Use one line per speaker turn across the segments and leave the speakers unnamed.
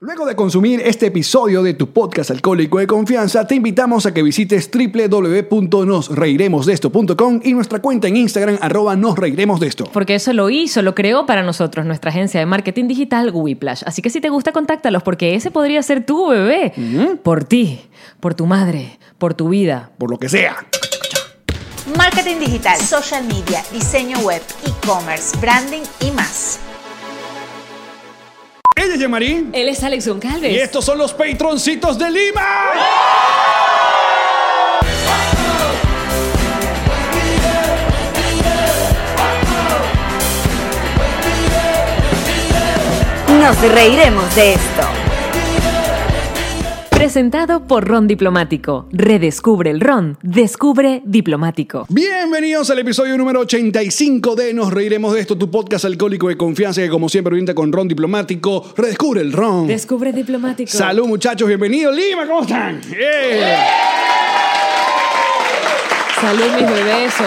Luego de consumir este episodio de tu podcast alcohólico de confianza, te invitamos a que visites www.nosreiremosdeesto.com y nuestra cuenta en Instagram arroba nosreiremosdeesto.
Porque eso lo hizo, lo creó para nosotros nuestra agencia de marketing digital Whiplash. Así que si te gusta, contáctalos porque ese podría ser tu bebé. Por ti, por tu madre, por tu vida.
Por lo que sea.
Marketing digital, social media, diseño web, e-commerce, branding y más.
Ella es Yamarín
Él es Alex Goncalves.
y estos son los patroncitos de Lima.
Nos reiremos de esto.
Presentado por Ron Diplomático. Redescubre el Ron. Descubre Diplomático.
Bienvenidos al episodio número 85 de Nos Reiremos de Esto, tu podcast alcohólico de confianza que como siempre brinda con ron diplomático. Redescubre el ron.
Descubre Diplomático.
Salud muchachos, bienvenidos Lima, ¿cómo están? ¡Eh!
Salud, mis bebesos.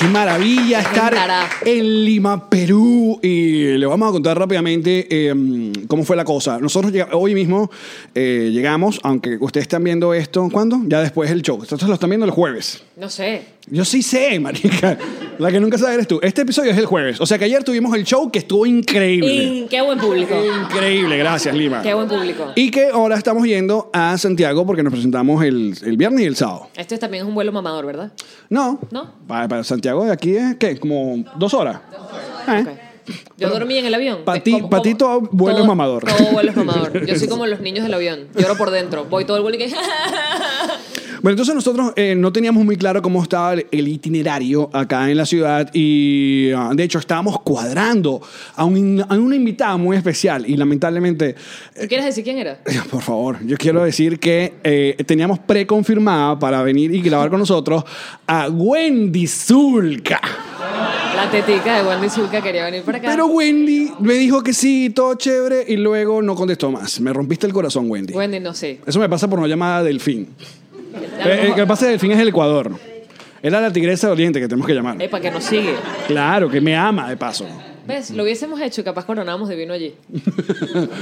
Qué maravilla estar
Encará.
en Lima, Perú. Y le vamos a contar rápidamente eh, cómo fue la cosa. Nosotros llega- hoy mismo eh, llegamos, aunque ustedes están viendo esto, ¿cuándo? Ya después del show. Ustedes lo están viendo el jueves.
No sé.
Yo sí sé, marica. La que nunca sabe eres tú. Este episodio es el jueves. O sea que ayer tuvimos el show que estuvo increíble.
qué buen público.
Increíble, gracias Lima.
Qué buen público.
Y que ahora estamos yendo a Santiago porque nos presentamos el, el viernes y el sábado.
Este también es un vuelo mamador, ¿verdad?
No.
¿No?
Para, para Santiago de aquí es, ¿qué? Como dos horas. Eh.
Ok. Yo dormí en el avión.
Pa'
Ve-
ti-
como-
pa' ti
como-
todo vuelo es
todo-
mamador.
Todo vuelo es mamador. Yo soy como los niños del avión. Lloro por dentro. Voy todo el vuelo y que...
Bueno, entonces nosotros eh, no teníamos muy claro cómo estaba el, el itinerario acá en la ciudad y ah, de hecho estábamos cuadrando a, un- a una invitada muy especial y lamentablemente,
¿Tú quieres decir quién era?
eh, por favor, yo quiero decir que eh, teníamos preconfirmada para venir y grabar con nosotros a Wendy Zulka.
La tetica de Wendy Zulka quería venir para acá.
Pero Wendy me dijo que sí, todo chévere y luego no contestó más. Me rompiste el corazón, Wendy.
Wendy, no sé.
Eso me pasa por una llamada a Delfín.
A lo
Eh, El
mejor-
que pasa de Delfín es el Ecuador. Era la tigresa de Oriente que tenemos que llamar.
Epa, que nos sigue.
Claro, que me ama de paso.
¿Ves? Lo hubiésemos hecho y capaz coronábamos de vino allí.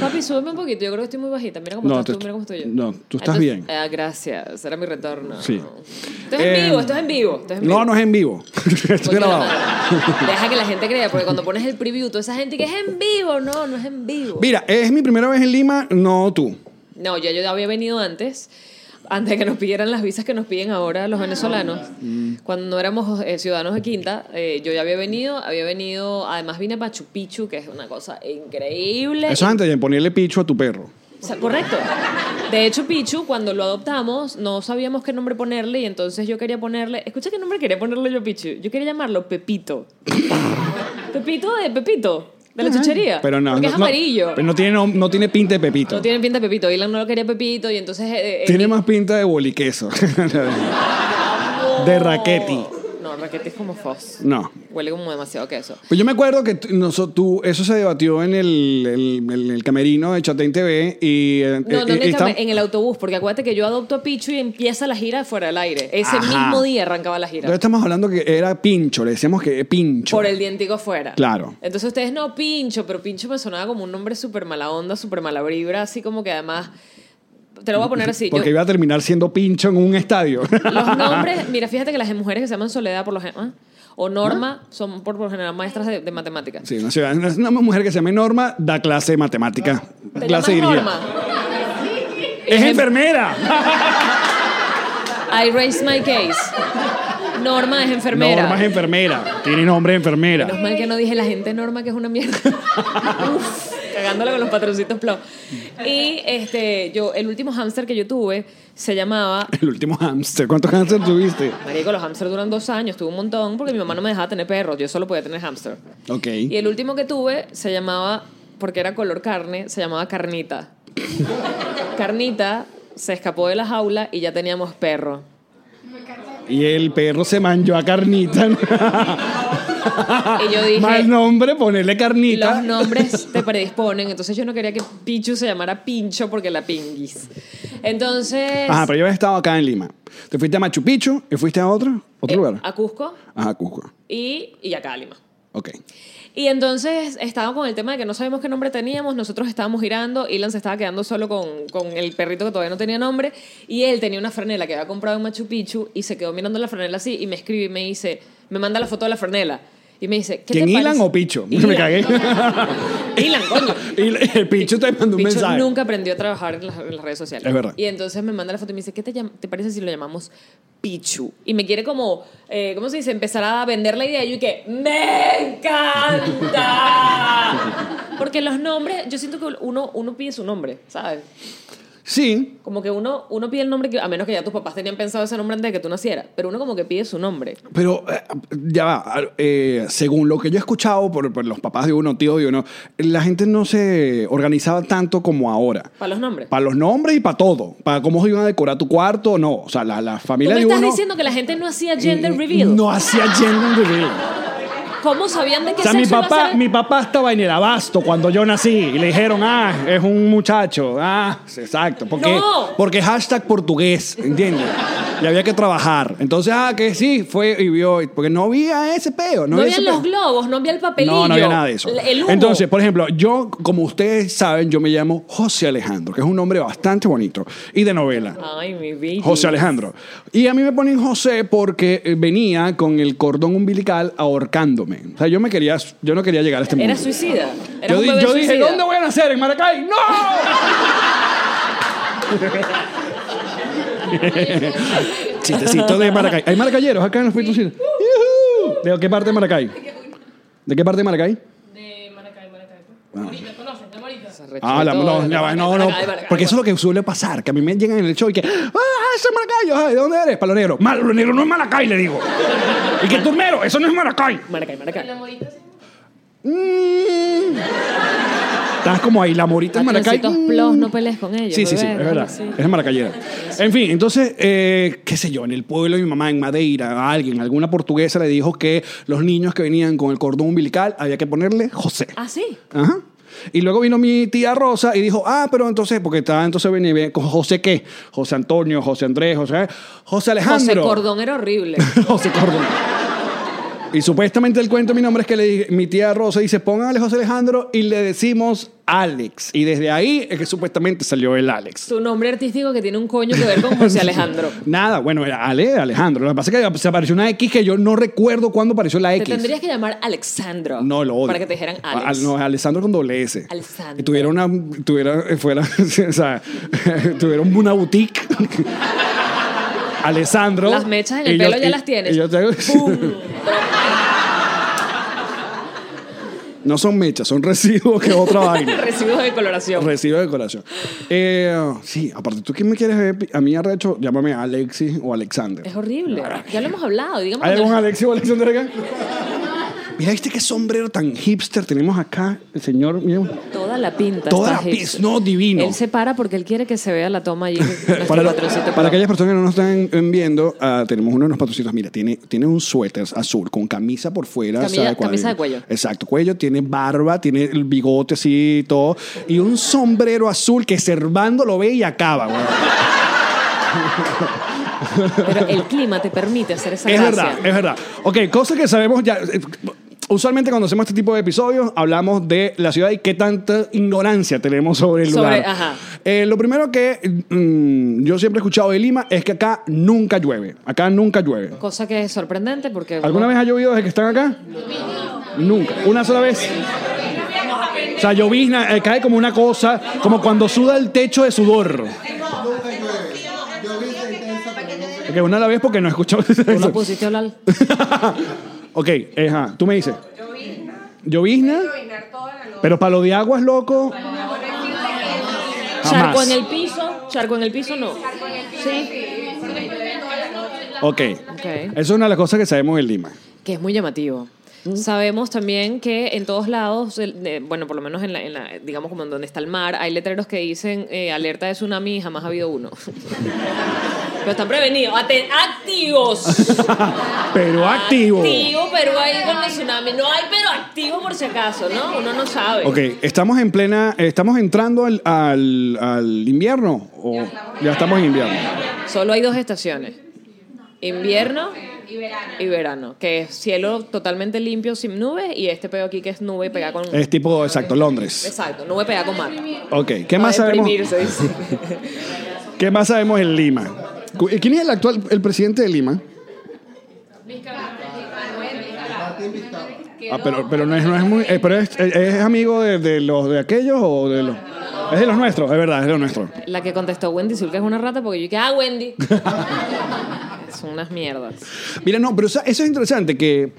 Papi, súbeme un poquito. Yo creo que estoy muy bajita. Mira cómo
No,
estás
tú
tú, mira cómo estoy yo.
no, tú estás
Entonces-
bien.
Ah, gracias. Era mi retorno.
Sí.
Esto es
Eh,
en vivo, esto es en vivo. Esto es en vivo.
No, no es en vivo. Pues Estoy
Coño,
grabado.
la madre. Deja que la gente crea, porque cuando pones el preview, toda esa gente que es en vivo, no, no es en vivo.
Mira, es mi primera vez en Lima, no tú.
No, ya yo había venido antes, antes de que nos pidieran las visas que nos piden ahora los venezolanos. Cuando no éramos eh, ciudadanos de Quinta, eh, yo ya había venido, había venido, además vine a Machu Picchu, que es una cosa increíble.
Eso es antes de ponerle picho a tu perro.
O sea, correcto. De hecho, Pichu, cuando lo adoptamos, no sabíamos qué nombre ponerle y entonces yo quería ponerle. Escucha qué nombre quería ponerle yo a Pichu. Yo quería llamarlo Pepito. Pepito de Pepito, de la chuchería.
Pero no.
Porque
no,
es
no.
amarillo.
pero no tiene, no, no tiene pinta de pepito.
No tiene pinta de Pepito. Ilan no lo quería Pepito y entonces. eh, eh,
tiene más pinta de boliqueso. de raqueti.
No, Raquete es como Foz.
No.
Huele como demasiado queso.
Pues yo me acuerdo que tú- noso- tú- eso se debatió en el, el- el- el camerino de Chatén TV y... eh,
No,
eh,
no en,
y
el
está-
cam- en el autobús, porque acuérdate que yo adopto a Pichu y empieza la gira fuera del aire. Ese
Ajá.
mismo día arrancaba la gira.
Entonces estamos hablando que era pincho, le decíamos que pincho.
Por el dientico afuera.
Claro.
Entonces ustedes no, pincho, pero pincho me sonaba como un nombre súper mala onda, súper mala vibra, así como que además. Te lo voy a poner así.
Porque
yo-
iba a terminar siendo pincho en un estadio.
los nombres, mira, fíjate que las mujeres que se llaman Soledad por lo general. ¿ah? O Norma son por lo general maestras de, de matemáticas.
¿Ah? Sí, una, ciudad- una- una mujer que se llama Norma da clase de matemática.
¿Te
clase de
llamas
griega.
Ah, Norma? Em,
Es enfermera.
I raised my case. Norma es enfermera.
Norma es enfermera. Tiene nombre de
Menos
enfermera.
mal que no dije la gente norma que es una mierda. Uf, cagándola con los patrocitos plow. Y este, yo, el último hámster que yo tuve se llamaba.
El último hámster. ¿Cuántos hámster tuviste?
Marico, los hámsters duran dos años, tuve un montón porque mi mamá no me dejaba tener perros, yo solo podía tener hámster.
Ok.
Y el último que tuve se llamaba, porque era color carne, se llamaba Carnita. Carnita se escapó de la jaula y ya teníamos perro.
Y el perro se manchó a carnita.
Y yo dije-
Mal nombre, ponerle carnita.
Los nombres te predisponen, entonces yo no quería que Pichu se llamara Pincho porque la pinguis. Entonces.
Ajá, Ah, pero yo he estado acá en Lima. Te fuiste a Machu Picchu y fuiste a otro, otro
eh,
lugar.
A Cusco
Ajá, Cusco.
y, y a Cálima.
Ok.
Y entonces estaba con el tema de que no sabíamos qué nombre teníamos, nosotros estábamos girando, Ilan se estaba quedando solo con, con el perrito que todavía no tenía nombre, y él tenía una franela que había comprado en Machu Picchu y se quedó mirando la franela así y me escribe y me dice, me manda la foto de la franela. Y me dice, ¿qué
¿Quién,
te
Ilan
parece?
o Picho? Me
Ilan.
cagué.
Ilan, coño.
Y el Picho te mandó un
Picho
mensaje.
nunca aprendió a trabajar en las, en las redes sociales.
Es verdad.
Y entonces me manda la foto y me dice, ¿qué te, llam- te parece si lo llamamos Pichu? Y me quiere como, eh, ¿cómo se dice? Empezar a vender la idea. Y yo que, ¡me encanta! Porque los nombres, yo siento que uno, uno pide su nombre, ¿sabes?
Sí.
Como que uno, uno pide el nombre, que, a menos que ya tus papás tenían pensado ese nombre antes de que tú nacieras, pero uno como que pide su nombre.
Pero eh, ya va, eh, según lo que yo he escuchado por, por los papás de uno, tíos de uno, la gente no se organizaba tanto como ahora.
Para los nombres.
Para los nombres y para todo. Para cómo iban a decorar tu cuarto, no. O sea, la, la
¿Tú
familia
me
de
estás
uno.
diciendo que la gente no hacía gender reveal?
No hacía gender reveal.
¿Cómo sabían de qué
O sea, mi
sexo iba a
papá,
ser?
mi papá estaba en el abasto cuando yo nací y le dijeron, ah, es un muchacho. Ah, sí, exacto. Porque,
No.
porque hashtag portugués, ¿entiendes? Y había que trabajar. Entonces, ah, que sí, fue y vio. Porque no había ese peo. No,
No,
había
había
ese
los
peo.
globos, no había el papelillo.
No, no había nada de eso.
El humo.
Entonces, por ejemplo, yo, como ustedes saben, yo me llamo José Alejandro, que es un nombre bastante bonito y de novela.
Ay, mi vida.
José Alejandro. Y a mí me ponen José porque eh, venía con el cordón umbilical ahorcándome. O sea, yo me quería, yo no quería llegar a este mundo.
Era suicida. Era
yo
un
di-
bebé
yo
suicida.
dije, ¿dónde voy a nacer? ¿En Maracay? ¡No! Chistecito de Maracay. ¿Hay maracayeros acá en los Pitos? ¡Yujú! ¿De qué parte de Maracay? ¿De qué parte de Maracay?
de Eh, Maracay, Maracay. Morita, conoces, de Morita.
Ah, la- no, ya va, no, no. Porque eso es lo que suele pasar, que a mí me llegan en el show y que, ah, ese es Maracay, Yo, "Ay, ¿de dónde eres? Palo Negro. "Ma- Palo Negro no es Maracay, le digo. y que turmero, eso no es Maracay.
Maracay,
La
Maracay.
Morita sí.
Mm. Estás como ahí, la morita en Maracay.
Patrioncitos
Mm.
plos, no pelees con ellos,
Sí, sí, sí,
bebé,
es
déjalo
verdad.
así.
Es maracayera. En fin, entonces, eh, qué sé yo, en el pueblo de mi mamá, en Madeira, a alguien, alguna portuguesa le dijo que los niños que venían con el cordón umbilical había que ponerle José.
Ah, sí.
Ajá. Y luego vino mi tía Rosa y dijo, ah, pero entonces, porque estaba entonces venía bien con José qué, José Antonio, José Andrés, José, José
José
Alejandro.
Cordón era horrible.
José Cordón. Y supuestamente el cuento, mi nombre es que le dije- mi tía Rosa dice, póngale José Alejandro y le decimos Alex. Y desde ahí es que supuestamente salió el Alex.
Su nombre artístico que tiene un coño que ver con José Alejandro.
Nada, bueno, era Ale, Alejandro. Lo que pasa es que se apareció una X que yo no recuerdo cuándo apareció la
Te
X.
tendrías que llamar Alexandro.
No, lo odio.
Para que te dijeran Alex.
A- no, Alessandro con doble S.
Alessandro.
Y tuviera una, tuviera, fuera, o sea, tuviera una boutique. Alessandro.
Las mechas en el
Y yo-
pelo ya
y-
las tienes.
y yo te- no son mechas, son residuos que es otra vaina.
Residuos de coloración.
Recibo de corazón. Eh, sí, aparte, ¿tú quién me quieres ver? A mí, arrecho, llámame Alexis o Alexander.
Es horrible. Ya lo hemos hablado. Digamos
¿Hay
cuando-
algún Alexis o Alexander acá? Mira, ¿viste qué sombrero tan hipster tenemos acá? El señor, mira.
Toda la pinta.
Toda
está
la pis-
hipster.
no, divino.
Él se para porque él quiere que se vea la toma allí. nuestro
Para, lo-
patroncito,
para
pero-
aquellas personas que no nos están viendo, ah, tenemos uno de los patrocinios. Mira, tiene, tiene un suéter azul con camisa por fuera.
Camilla-
o sea, cuadril.
camisa de cuello.
Exacto, cuello. Tiene barba, tiene el bigote así y todo. Y un sombrero azul que Servando lo ve y acaba. güey.
Pero el clima te permite hacer esa
Es
gracia.
verdad, es verdad. Ok, cosas que sabemos ya. eh, Usualmente cuando hacemos este tipo de episodios hablamos de la ciudad y qué tanta ignorancia tenemos sobre el
Sobre-
lugar.
ajá.
Eh, lo primero que mm, yo siempre he escuchado de Lima es que acá nunca llueve. Acá nunca llueve.
Cosa que es sorprendente porque...
¿Alguna vez ha llovido desde que están acá? Nunca. ¿Una sola vez? O sea, llovizna, eh, cae como una cosa, como cuando suda el techo de sudor. Ok, una a la vez porque no he escuchado
Tú lo
eso.
pusiste a hablar.
ok, eh, ajá, tú me dices. ¿Llovizna? Pero para lo de aguas, loco.
Charco
Jamás.
en el piso. Charco en el piso no. Sí.
Ok.
Ok.
Eso es una de las cosas que sabemos en Lima.
que es muy llamativo. Sabemos también que en todos lados, el- de- bueno, por lo menos en la, en la- digamos como en donde está el mar, hay letreros que dicen eh, alerta de tsunami y jamás ha habido uno. pero están prevenidos, Aten- activos.
Pero activo.
Activo, pero hay con el tsunami. No hay, pero activo por si acaso, ¿no? Uno no sabe.
Ok, estamos en plena, estamos entrando al, al- al invierno o ya estamos en invierno.
Solo hay dos estaciones. Invierno y verano. que es cielo totalmente limpio, sin nubes, y este pedo aquí que es nube pegada con...
Es tipo, exacto, Londres.
Exacto, nube pegada con mar.
Ok, ¿qué más
A
sabemos?
deprimirse, dice.
¿Qué más sabemos en Lima? Cu- eh, ¿Quién es el actual, el presidente de Lima? Ah, pero, pero no es, no es muy, eh, pero es, es- es amigo de, de los de aquellos o de los, es de los nuestros, es verdad, es de los nuestros.
La que contestó Wendy Zulka es una rata porque yo dije, ah, Wendy. Son unas mierdas.
Mira, no, pero sa- eso es interesante que,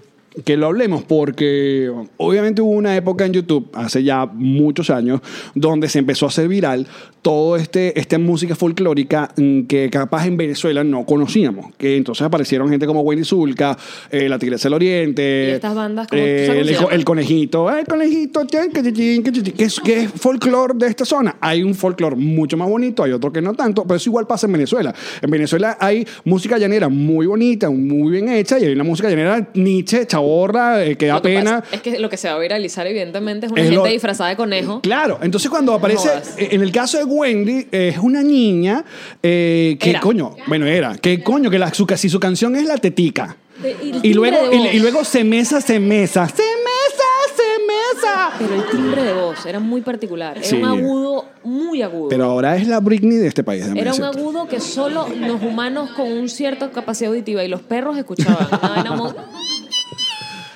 que lo hablemos porque obviamente hubo una época en YouTube, hace ya muchos años, donde se empezó a hacer viral todo este esta música folclórica mm, que capaz en Venezuela no conocíamos. Que entonces aparecieron gente como Wendy Zulka, eh, La Tigresa del Oriente.
¿Y estas bandas cómo-
eh,
sabes cómo
el,
se
co-
llaman?
el Conejito, el Conejito, chin, que chichín, que chichín, que es, que es folclore de esta zona. Hay un folclore mucho más bonito, hay otro que no tanto, pero eso igual pasa en Venezuela. En Venezuela hay música llanera muy bonita, muy bien hecha, y hay una música llanera niche, chaborra, eh, que da
Lo que
pena.
pasa Es que lo que se va a viralizar, evidentemente, es una
Es lo-
gente disfrazada de conejo.
Claro, entonces cuando aparece,
jodas.
eh, en el caso de Wendy, eh, es una niña eh, que
Era.
coño, bueno, era, que coño, que la, su, si su canción es La Tetica.
De- y el
y,
timbre
luego,
de
y-
voz.
y luego se mesa, se mesa, se mesa, se mesa.
Pero el timbre de voz era muy particular. Era
Sí.
un agudo, muy agudo.
Pero ahora es la Britney de este país. déjame
era un
decirte.
agudo que solo los humanos con un cierto capacidad auditiva y los perros escuchaban. Una vaina mo-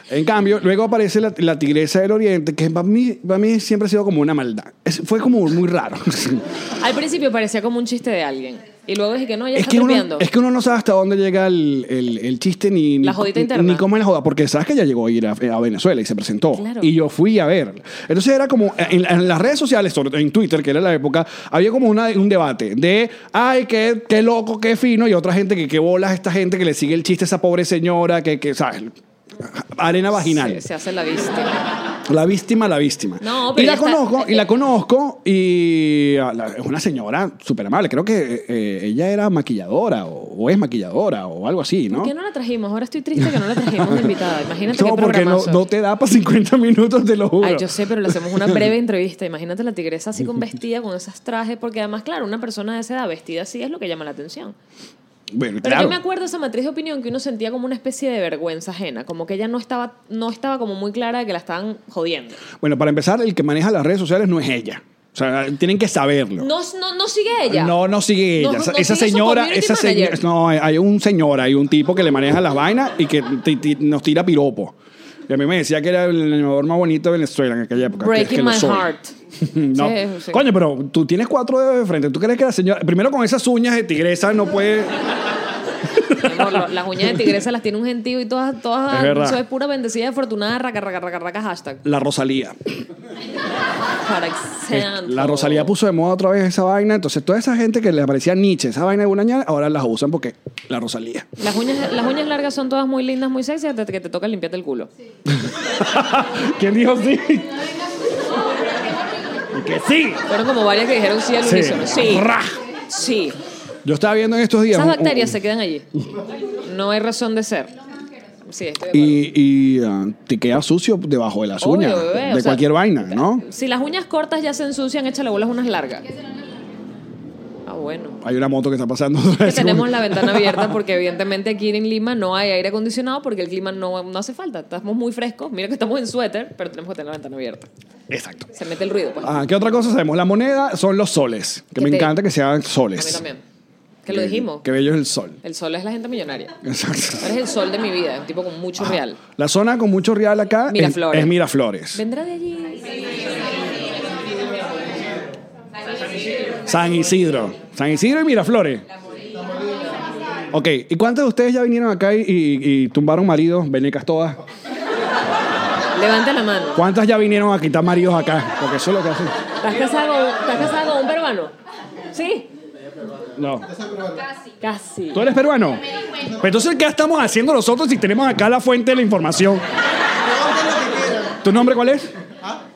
En cambio, luego aparece la, la tigresa del oriente, que para mí, para mí siempre ha sido como una maldad. Es- fue como muy raro.
Al principio parecía como un chiste de alguien. Y luego dije que no, ya
es,
está
que uno,
tripeando.
es que uno no sabe hasta dónde llega el, el- el chiste ni, ni-
La jodita interna.
ni cómo es la joda, porque sabes que ya llegó a ir a, a Venezuela y se presentó.
Claro.
Y yo fui a ver. Entonces era como, en, en las redes sociales, sobre todo en Twitter, que era la época, había como una- un debate de, ay, qué, qué loco, qué fino, y otra gente que qué bolas esta gente que le sigue el chiste a esa pobre señora, que, que ¿sabes? Arena vaginal.
Se, se hace la vista.
La víctima, la víctima.
No, pero eh,
y la
ya está.
conozco, y la conozco, y ah, la- es una señora súper amable. Creo que eh, ella era maquilladora o, o es maquilladora o algo así, ¿no?
¿Por qué no la trajimos? Ahora estoy triste que no la trajimos de invitada.
No,
Imagínate qué
porque no,
programazo.
no te da para 50 minutos, te lo juro.
Ay, yo sé, pero le hacemos una breve entrevista. Imagínate la tigresa así con vestida, con esas trajes, porque además, claro, una persona de esa edad vestida así es lo que llama la atención.
Bueno,
Pero
claro.
yo me acuerdo esa matriz de opinión que uno sentía como una especie de vergüenza ajena, como que ella no estaba, no estaba como muy clara de que la estaban jodiendo.
Bueno, para empezar, el que maneja las redes sociales no es ella. O sea, tienen que saberlo.
No, no, no sigue ella.
No, no sigue ella.
No,
esa
no
esa
sigue su
señora,
community
esa señora.
manager.
No, hay un señor, hay un tipo que le maneja las vainas y que ti- ti- nos tira piropo. Y a mí me decía que era el animador más bonito de Venezuela en aquella época. que-
Breaking
que lo
my
soy. Mm,
heart.
No.
Sí, sí.
Coño, pero tú tienes cuatro dedos de frente. ¿Tú crees que la señora. Primero con esas uñas de tigresa no puede.
Mi amor, lo- las uñas de tigresa las tiene un gentío y todas, todas
Es verdad.
eso es pura bendecida afortunada, raca, raca, raca, raca, hashtag.
La Rosalía.
Para example.
La Rosalía puso de moda otra vez esa vaina. Entonces, toda esa gente que le aparecía Nietzsche, esa vaina de una ñana, ahora las usan porque la Rosalía.
Las uñas, las uñas largas son todas muy lindas, muy sexy, hasta que te toca limpiarte el culo.
¿Quién dijo sí? Y que sí.
Fueron como varias que dijeron sí al
Sí.
unísono. Sí.
Ra. Uh.
Sí.
Yo estaba viendo en estos días.
Esas
un- un-
bacterias se quedan allí. No hay razón de ser. Sí, estoy de acuerdo.
Y, y ah, te queda sucio debajo de las
Obvio,
uñas.
bebé,
de
o sea,
cualquier vaina, ¿no?
Si las uñas cortas ya se ensucian, échale bolas unas largas. Ah, bueno.
Hay una moto que está pasando.
Que tenemos la ventana abierta porque evidentemente aquí en Lima no hay aire acondicionado porque el clima no, no hace falta. Estamos muy frescos. Mira que estamos en suéter, pero tenemos que tener la ventana abierta.
Exacto.
Se mete el ruido. Pues.
Ah, ¿Qué otra cosa sabemos? La moneda son los soles. Que
Que
me
te-
encanta que sean
A mí
soles.
también. Que lo dijimos.
Qué bello es el sol.
El sol es la gente millonaria.
Exacto.
Eres el sol de mi vida, un tipo con
Ah.
mucho real.
La zona con mucho real acá es-
Miraflores.
Es, Miraflores.
Vendrá de allí.
San Isidro. San Isidro y Miraflores. Ok, ¿y cuántos de ustedes ya vinieron acá y, y- y tumbaron maridos, venecas todas?
Levanta la mano.
¿Cuántas ya vinieron a quitar maridos acá? Porque eso es lo que hacen.
¿Estás casada con, estás casada con un peruano? Sí.
No.
Casi.
¿Tú eres peruano? Pero entonces, ¿qué estamos haciendo nosotros si tenemos acá la fuente de la información? ¿Tu nombre cuál es?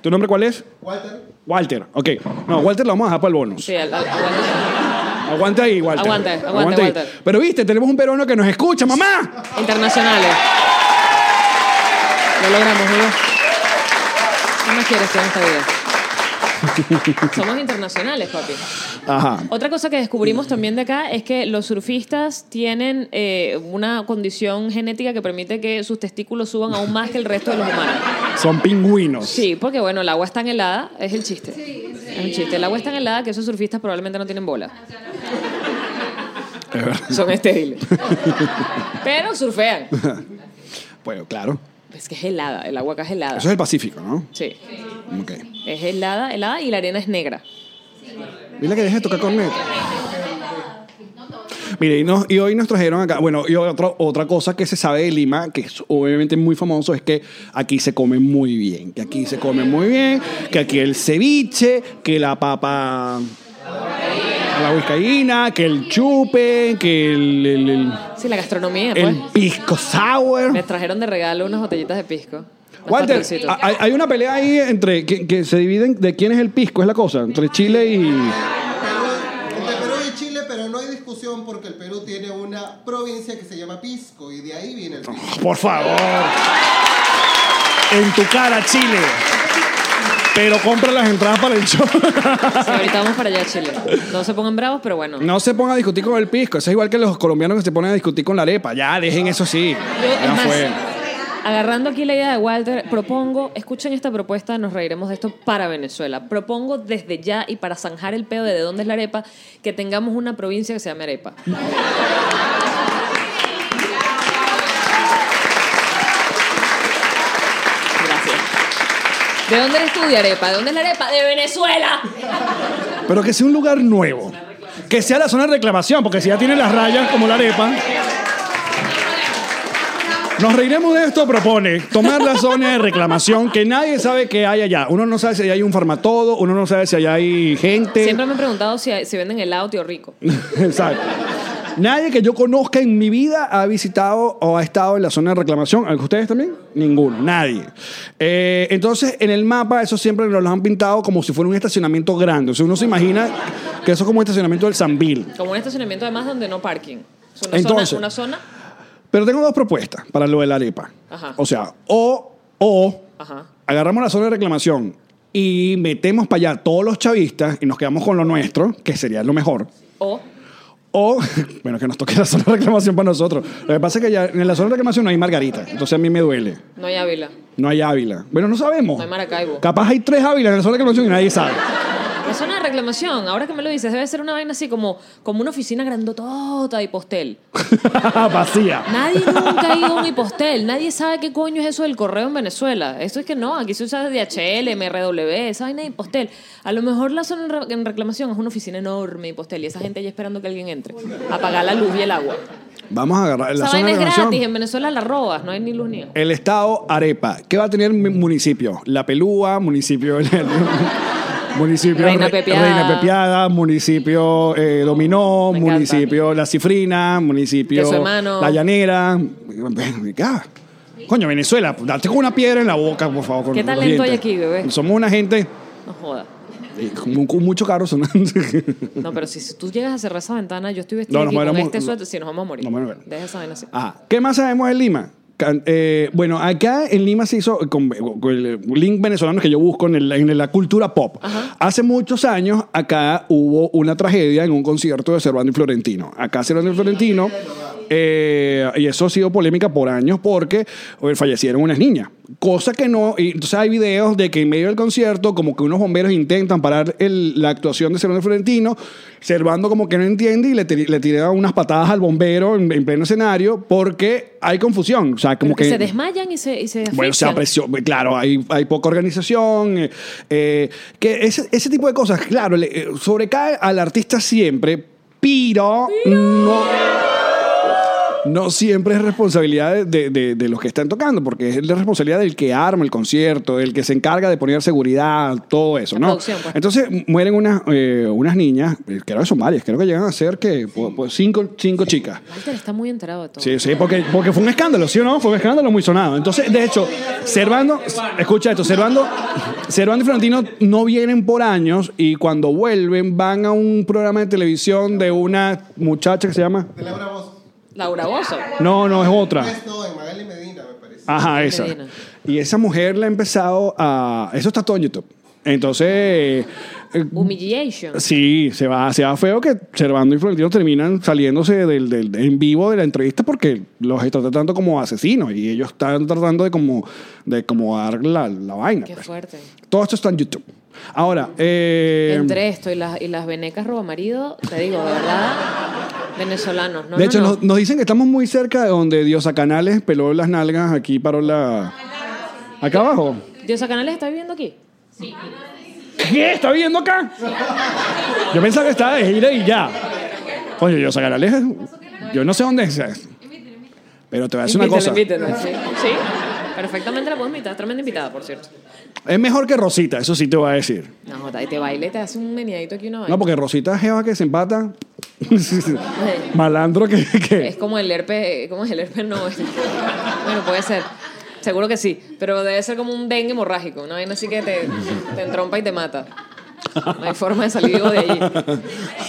¿Tu nombre cuál es? Walter. Walter, ok. No, Walter lo vamos a dejar para el bonus.
Sí, al- al- aguanta.
Aguanta ahí, Walter.
Aguante, aguante,
ahí.
Walter.
Pero viste, tenemos un peruano que nos escucha, mamá.
Internacionales. Lo logramos, ¿no? ¿Qué más quieres tú en esta vida? Somos internacionales, papi.
Ajá.
Otra cosa que descubrimos también de acá es que los surfistas tienen eh, una condición genética que permite que sus testículos suban aún más que el resto de los humanos.
Son pingüinos.
Sí, porque bueno, el agua es tan helada, es el chiste. es el chiste. El agua es tan helada que esos surfistas probablemente no tienen bola. Son estériles. Pero surfean.
Bueno, claro.
Es que es helada, el agua acá es helada.
Eso es el Pacífico, ¿no?
Sí.
Ok.
Es helada, helada y la arena es negra.
Mira que dejé de tocar corneta. Mire, y, nos- y hoy nos trajeron acá, bueno, y otro- otra cosa que se sabe de Lima, que es obviamente muy famoso, es que aquí se come muy bien, que aquí se come muy bien, que aquí el ceviche, que la papa, la huiscaína, que el chupe, que el, el, el-
Sí, la gastronomía, pues.
el pisco sour.
Me trajeron de regalo unas botellitas de pisco. Unos
Walter, ah.
patroncitos.
hay, hay una pelea ahí entre que, que se dividen de quién es el pisco, es la cosa, entre Chile y...
Entre Perú y Chile, pero no hay discusión porque el Perú tiene una provincia que se llama Pisco y de ahí viene el pisco.
Por favor. En tu cara, Chile. Pero compra las entradas para el show.
Sí, ahorita vamos para allá, a Chile. No se pongan bravos, pero bueno.
No se ponga a discutir con el pisco. Eso es igual que los colombianos que se ponen a discutir con la arepa. Ya, dejen eso así.
Yo, es
Ya
más,
fue.
agarrando aquí la idea de Walter, propongo, escuchen esta propuesta, nos reiremos de esto para Venezuela. Propongo desde ya y para zanjar el pedo de de dónde es la arepa, que tengamos una provincia que se llame arepa. Gracias. ¿De dónde eres tú de arepa? ¿De dónde es la arepa? ¡De Venezuela!
Pero que sea un lugar nuevo. Que sea la zona de reclamación, porque si ya tiene las rayas como la arepa. Nos reiremos de esto, propone tomar la zona de reclamación que nadie sabe que hay allá. Uno no sabe si allá hay un farmatodo, uno no sabe si allá hay gente.
Siempre me he preguntado si, si venden helado, tío rico.
Exacto. Nadie que yo conozca en mi vida ha visitado o ha estado en la zona de reclamación. ¿Ustedes también? Ninguno, nadie. Eh, entonces, en el mapa, eso siempre nos lo han pintado como si fuera un estacionamiento grande. O sea, uno se imagina que eso es como un estacionamiento del Sambil.
Como un estacionamiento además donde no parking. Es una
Entonces.
zona, una zona
Pero tengo dos propuestas para lo de la arepa.
Ajá.
O sea, o, o
Ajá.
agarramos la zona de reclamación y metemos para allá todos los chavistas y nos quedamos con lo nuestro, que sería lo mejor.
o
O, bueno, que nos toque la zona de reclamación para nosotros. Lo que pasa es que ya en la zona de reclamación no hay margarita. Entonces a mí me duele.
no hay Ávila.
No hay Ávila. Bueno, no sabemos.
No hay Maracaibo.
Capaz hay tres Ávilas en la zona de reclamación y nadie sabe.
La zona de reclamación, ahora que me lo dices, debe ser una vaina así como, como una oficina grandotota y postel.
Vacía.
Nadie nunca ha ido a un hipostel. Nadie sabe qué coño es eso del correo en Venezuela. Eso es que no, aquí se usa DHL, MRW, esa vaina de hipostel. A lo mejor la zona en re- en reclamación es una oficina enorme hipostel y esa gente allá esperando que alguien entre. Apagar la luz y el agua.
Vamos a agarrar la
esa
zona
vaina
de
es
reclamación.
gratis. En Venezuela la robas, no hay ni luz ni agua.
El estado Arepa. ¿Qué va a tener mi municipio? La Pelúa, municipio. municipio
Reina
Re-
Pepiada.
Reina Pepiada, municipio eh, Dominó,
Me encanta.
municipio La Cifrina, municipio
Queso de mano.
La Llanera. Ya. Coño, Venezuela, date con una piedra en la boca, por favor. con-
¿Qué
con los
talento hay
dientes.
aquí, bebé?
Somos una gente
No joda.
eh, con, con mucho caro sonando.
No, pero si tú llegas a cerrar esa ventana, yo
No,
estoy vestida
nos
aquí con
moriremos-
este suéter, si nos vamos a morir.
Nos moriremos.
Deja esa vaina así.
Ah, ¿Qué más sabemos de Lima? Can- eh, bueno, acá en Lima se hizo, con, con el link venezolano que yo busco en, el- en la cultura pop. Hace muchos años acá hubo una tragedia en un concierto de Cervando y Florentino. Acá Cervando y Florentino, eh, y eso ha sido polémica por años porque eh, fallecieron unas niñas. Cosa que no, y entonces hay videos de que en medio del concierto como que unos bomberos intentan parar el- la actuación de Cervando y Florentino, Cervando como que no entiende y le, tir- le tira unas patadas al bombero en, en pleno escenario porque hay confusión. O sea, como
Pero que, se desmayan y se, y se
bueno, se
asfixian.
apreció. pues, Claro, hay, hay poca organización. eh, eh, que ese, ese tipo de cosas, claro, le, eh, sobrecae al artista siempre, pero no. No siempre es responsabilidad de, de- de los que están tocando, porque es la responsabilidad del que arma el concierto, del que se encarga de poner seguridad, todo eso,
La
¿no?
producción, pues.
Entonces mueren unas, eh, unas niñas, eh, creo que son varias, creo que llegan a ser que po- po- cinco, cinco chicas.
Walter está muy enterado de todo.
Sí, sí, porque, porque fue un escándalo, ¿sí o no? Fue un escándalo muy sonado. Entonces, de hecho, Servando, escucha esto, Servando, Servando y Florentino no vienen por años y cuando vuelven van a un programa de televisión de una muchacha que se llama...
De Laura Bozo.
Laura Bozo.
No, no, es otra.
Pues no, en Magali Medina, me parece.
Ajá, esa.
Medina.
Y esa mujer la ha empezado a... Eso está todo en YouTube. Entonces, eh, eh,
Humiliation.
sí, se va, se va feo que Servando y Florentino terminan saliéndose del, del- en vivo de la entrevista porque los está tratando como asesinos y ellos están tratando de como, de como dar la, la vaina.
Qué
pues.
fuerte.
Todo esto está en YouTube. Ahora, eh,
Entre esto y las, y las venecas roba marido, te digo, de verdad, venezolanos. No,
de
no,
hecho,
no.
Nos, nos dicen que estamos muy cerca de donde Diosa Canales peló las nalgas, aquí paró la... Acá abajo.
Diosa Canales está viviendo aquí.
¿Qué? ¿Está viendo acá? Yo pensaba que estaba de gira y ya. Coño, yo sacaré Yo no sé dónde es. Pero te voy a decir una cosa.
Invítala, invítala, sí. Sí, perfectamente la puedo invitar. Tremenda invitada, por cierto.
Es mejor que Rosita, eso sí te voy a decir.
No, jota, y te baile, te hace un meneadito aquí una vaina.
No, porque Rosita es jeva que se empata.
Ay,
Malandro que... que-
Es como el herpes, ¿cómo es el herpes? No, es- bueno, puede ser. Seguro que sí, pero debe ser como un dengue hemorrágico, una vaina así que te, te entrompa y te mata. No hay forma de salir vivo de allí.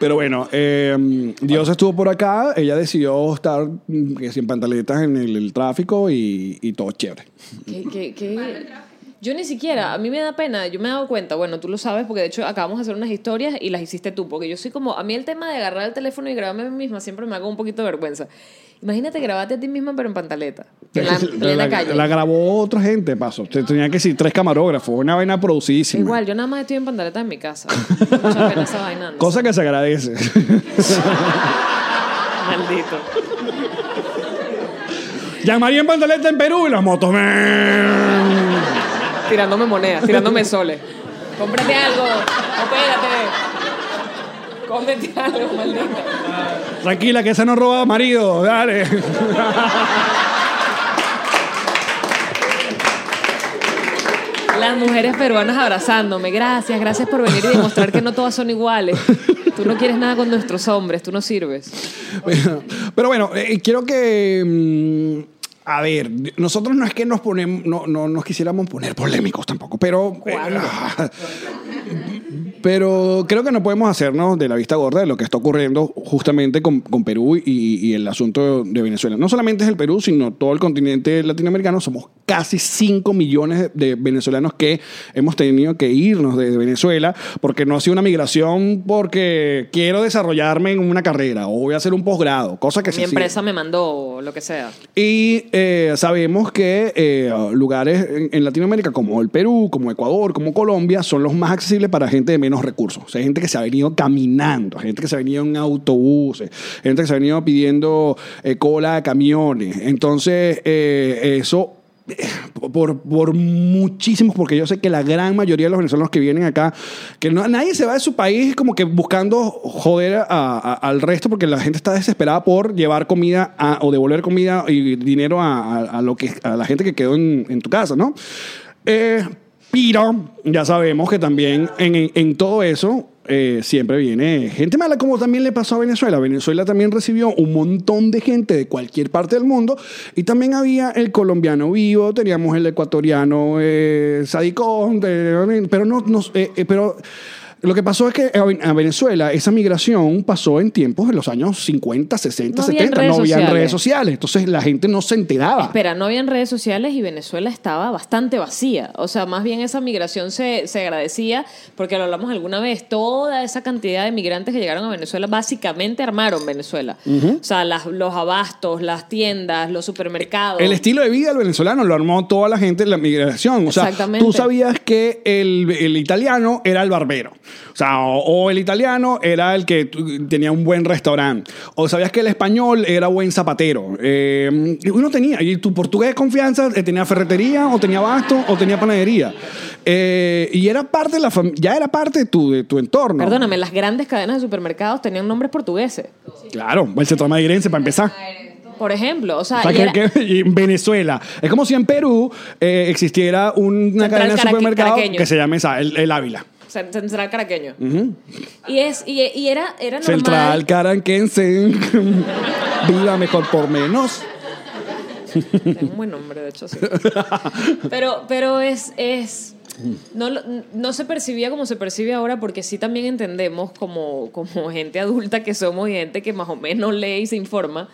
Pero bueno, eh, Dios estuvo por acá, ella decidió estar mm, que sin pantaletas en el, el tráfico y, y todo chévere.
¿Qué- qué- qué? Yo ni siquiera, a mí me da pena, yo me he dado cuenta, bueno, tú lo sabes, porque de hecho acabamos de hacer unas historias y las hiciste tú, porque yo soy como, a mí el tema de agarrar el teléfono y grabarme a mí misma siempre me hago un poquito de vergüenza. Imagínate grabarte a ti misma pero en pantaleta, en la plena calle.
la grabó otra gente, paso. Te- Tenía que decir tres camarógrafos, una vaina producidísima.
Igual, yo nada más estoy en pantaleta en mi casa. Mucha pena esa vaina. ¿no?
Cosa que se agradece.
Maldito.
Llamaría en pantaleta en Perú y las motos.
Tirándome monedas, tirándome soles. Cómprate algo, opérate. Cómete algo, maldita.
Tranquila, que esa no roba marido. Dale.
Las mujeres peruanas abrazándome. Gracias, gracias por venir y demostrar que no todas son iguales. Tú no quieres nada con nuestros hombres, tú no sirves.
Pero bueno, eh, quiero que. mm, a ver, nosotros no es que nos ponemos. No, no nos quisiéramos poner polémicos tampoco, pero. eh, ah, pero creo que no podemos hacernos de la vista gorda de lo que está ocurriendo justamente con, con Perú y, y el asunto de Venezuela. No solamente es el Perú, sino todo el continente latinoamericano. Somos casi 5 millones de venezolanos que hemos tenido que irnos de Venezuela porque no ha sido una migración porque quiero desarrollarme en una carrera o voy a hacer un posgrado, cosa que se
Mi
sigue.
empresa me mandó lo que sea.
Y eh, sabemos que eh, lugares en, en Latinoamérica como el Perú, como Ecuador, como Colombia, son los más accesibles para gente de menos recursos. O sea, gente que se ha venido caminando, gente que se ha venido en autobuses, gente que se ha venido pidiendo eh, cola a camiones. Entonces, eh, eso por, por muchísimos, porque yo sé que la gran mayoría de los venezolanos que vienen acá, que no- nadie se va de su país como que buscando joder a- a- al resto, porque la gente está desesperada por llevar comida a- o devolver comida y dinero a, a- a lo que, a la gente que quedó en, en tu casa, ¿no? Eh, pero ya sabemos que también en, en- en todo eso eh, siempre viene gente mala, como también le pasó a Venezuela. Venezuela también recibió un montón de gente de cualquier parte del mundo y también había el colombiano vivo, teníamos el ecuatoriano eh, sadicón, de- pero no, no eh, eh, pero lo que pasó es que a Ven- a Venezuela esa migración pasó en tiempos de los años 50, 60,
No habían
70,
redes
no habían
sociales.
redes sociales, entonces la gente no se enteraba.
Espera, no habían redes sociales y Venezuela estaba bastante vacía. O sea, más bien esa migración se, se agradecía, porque lo hablamos alguna vez, toda esa cantidad de migrantes que llegaron a Venezuela básicamente armaron Venezuela. O sea, las- los abastos, las tiendas, los supermercados.
El estilo de vida del venezolano lo armó toda la gente en la migración. O sea,
Exactamente.
tú sabías que el, el italiano era el barbero. O sea, o, o el italiano era el que tu- tenía un buen restaurante. O sabías que el español era buen zapatero. Eh, y uno tenía, y tu portugués de confianza eh, tenía ferretería, o tenía abasto, o tenía panadería. Eh, y era parte de la fam- ya era parte de tu, de tu entorno.
Perdóname, las grandes cadenas de supermercados tenían nombres portugueses.
Claro, el centro madrileño para empezar.
Por ejemplo, o sea,
O sea,
Ah, y
que-
era-
que en Venezuela. Es como si en Perú eh, existiera una
Central
cadena de
caraque-
supermercados
caraqueño.
que se llame esa, el, el Ávila.
Cen- Central Caraqueño. Y es y, y era era normal.
Central Caranquense. Viva mejor por menos.
Tengo un buen nombre, de hecho, sí. Pero pero es es no, lo- no se percibía como se percibe ahora porque sí también entendemos como, como gente adulta que somos y gente que más o menos lee y se informa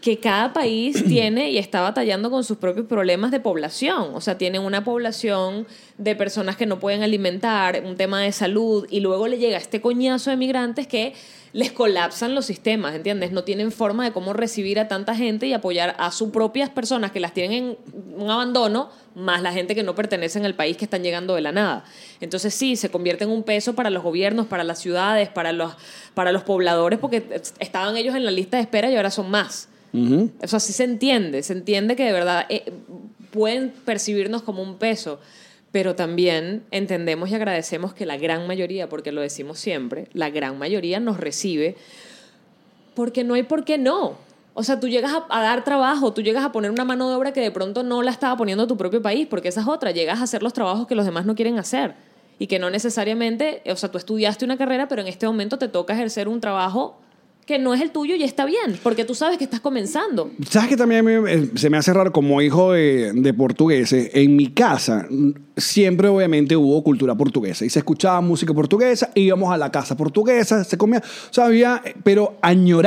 que cada país tiene y está batallando con sus propios problemas de población. O sea, tienen una población de personas que no pueden alimentar, un tema de salud, y luego le llega este coñazo de migrantes que les colapsan los sistemas, ¿entiendes? No tienen forma de cómo recibir a tanta gente y apoyar a sus propias personas que las tienen en un abandono, más la gente que no pertenecen al país que están llegando de la nada. Entonces sí, se convierte en un peso para los gobiernos, para las ciudades, para los, para los pobladores, porque estaban ellos en la lista de espera y ahora son más. O sea, sí se entiende, se entiende que de verdad eh, pueden percibirnos como un peso, pero también entendemos y agradecemos que la gran mayoría, porque lo decimos siempre, la gran mayoría nos recibe porque no hay por qué no. O sea, tú llegas a, a dar trabajo, tú llegas a poner una mano de obra que de pronto no la estaba poniendo tu propio país, porque esa es otra, llegas a hacer los trabajos que los demás no quieren hacer y que no necesariamente, o sea, tú estudiaste una carrera, pero en este momento te toca ejercer un trabajo que no es el tuyo y está bien, porque tú sabes que estás comenzando.
¿Sabes que también a mí, eh, se me hace raro como hijo de, de portugueses? En mi casa mm, siempre obviamente hubo cultura portuguesa y se escuchaba música portuguesa, íbamos a la casa portuguesa, se comía, o sea, había, eh, pero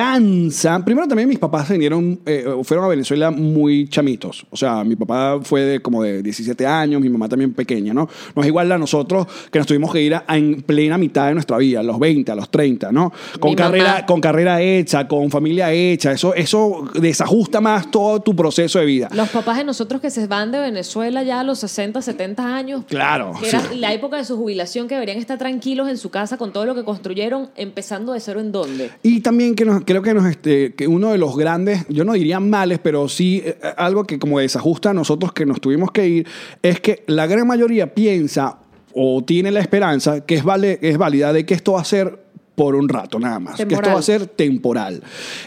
añoranza. Primero también mis papás se vinieron, eh, fueron a Venezuela muy chamitos, o sea, mi papá fue de como de 17 años, mi mamá también pequeña, ¿no? No es igual a nosotros que nos tuvimos que ir a- en plena mitad de nuestra vida, a los 20, a los 30, ¿no? Con
Mi mamá.
carrera, con carrera hecha, con familia hecha, eso, eso desajusta más todo tu proceso de vida.
Los papás de nosotros que se van de Venezuela ya a los 60, 70 años.
Claro,
Que era
sí.
la época de su jubilación que deberían estar tranquilos en su casa con todo lo que construyeron, empezando de cero en dónde.
Y también que nos- creo que, nos, este, que uno de los grandes, yo no diría males, pero sí eh, algo que como desajusta a nosotros que nos tuvimos que ir, es que la gran mayoría piensa o tiene la esperanza que es, vale, es válida de que esto va a ser por un rato nada más, que esto
Temporal.
va a ser temporal.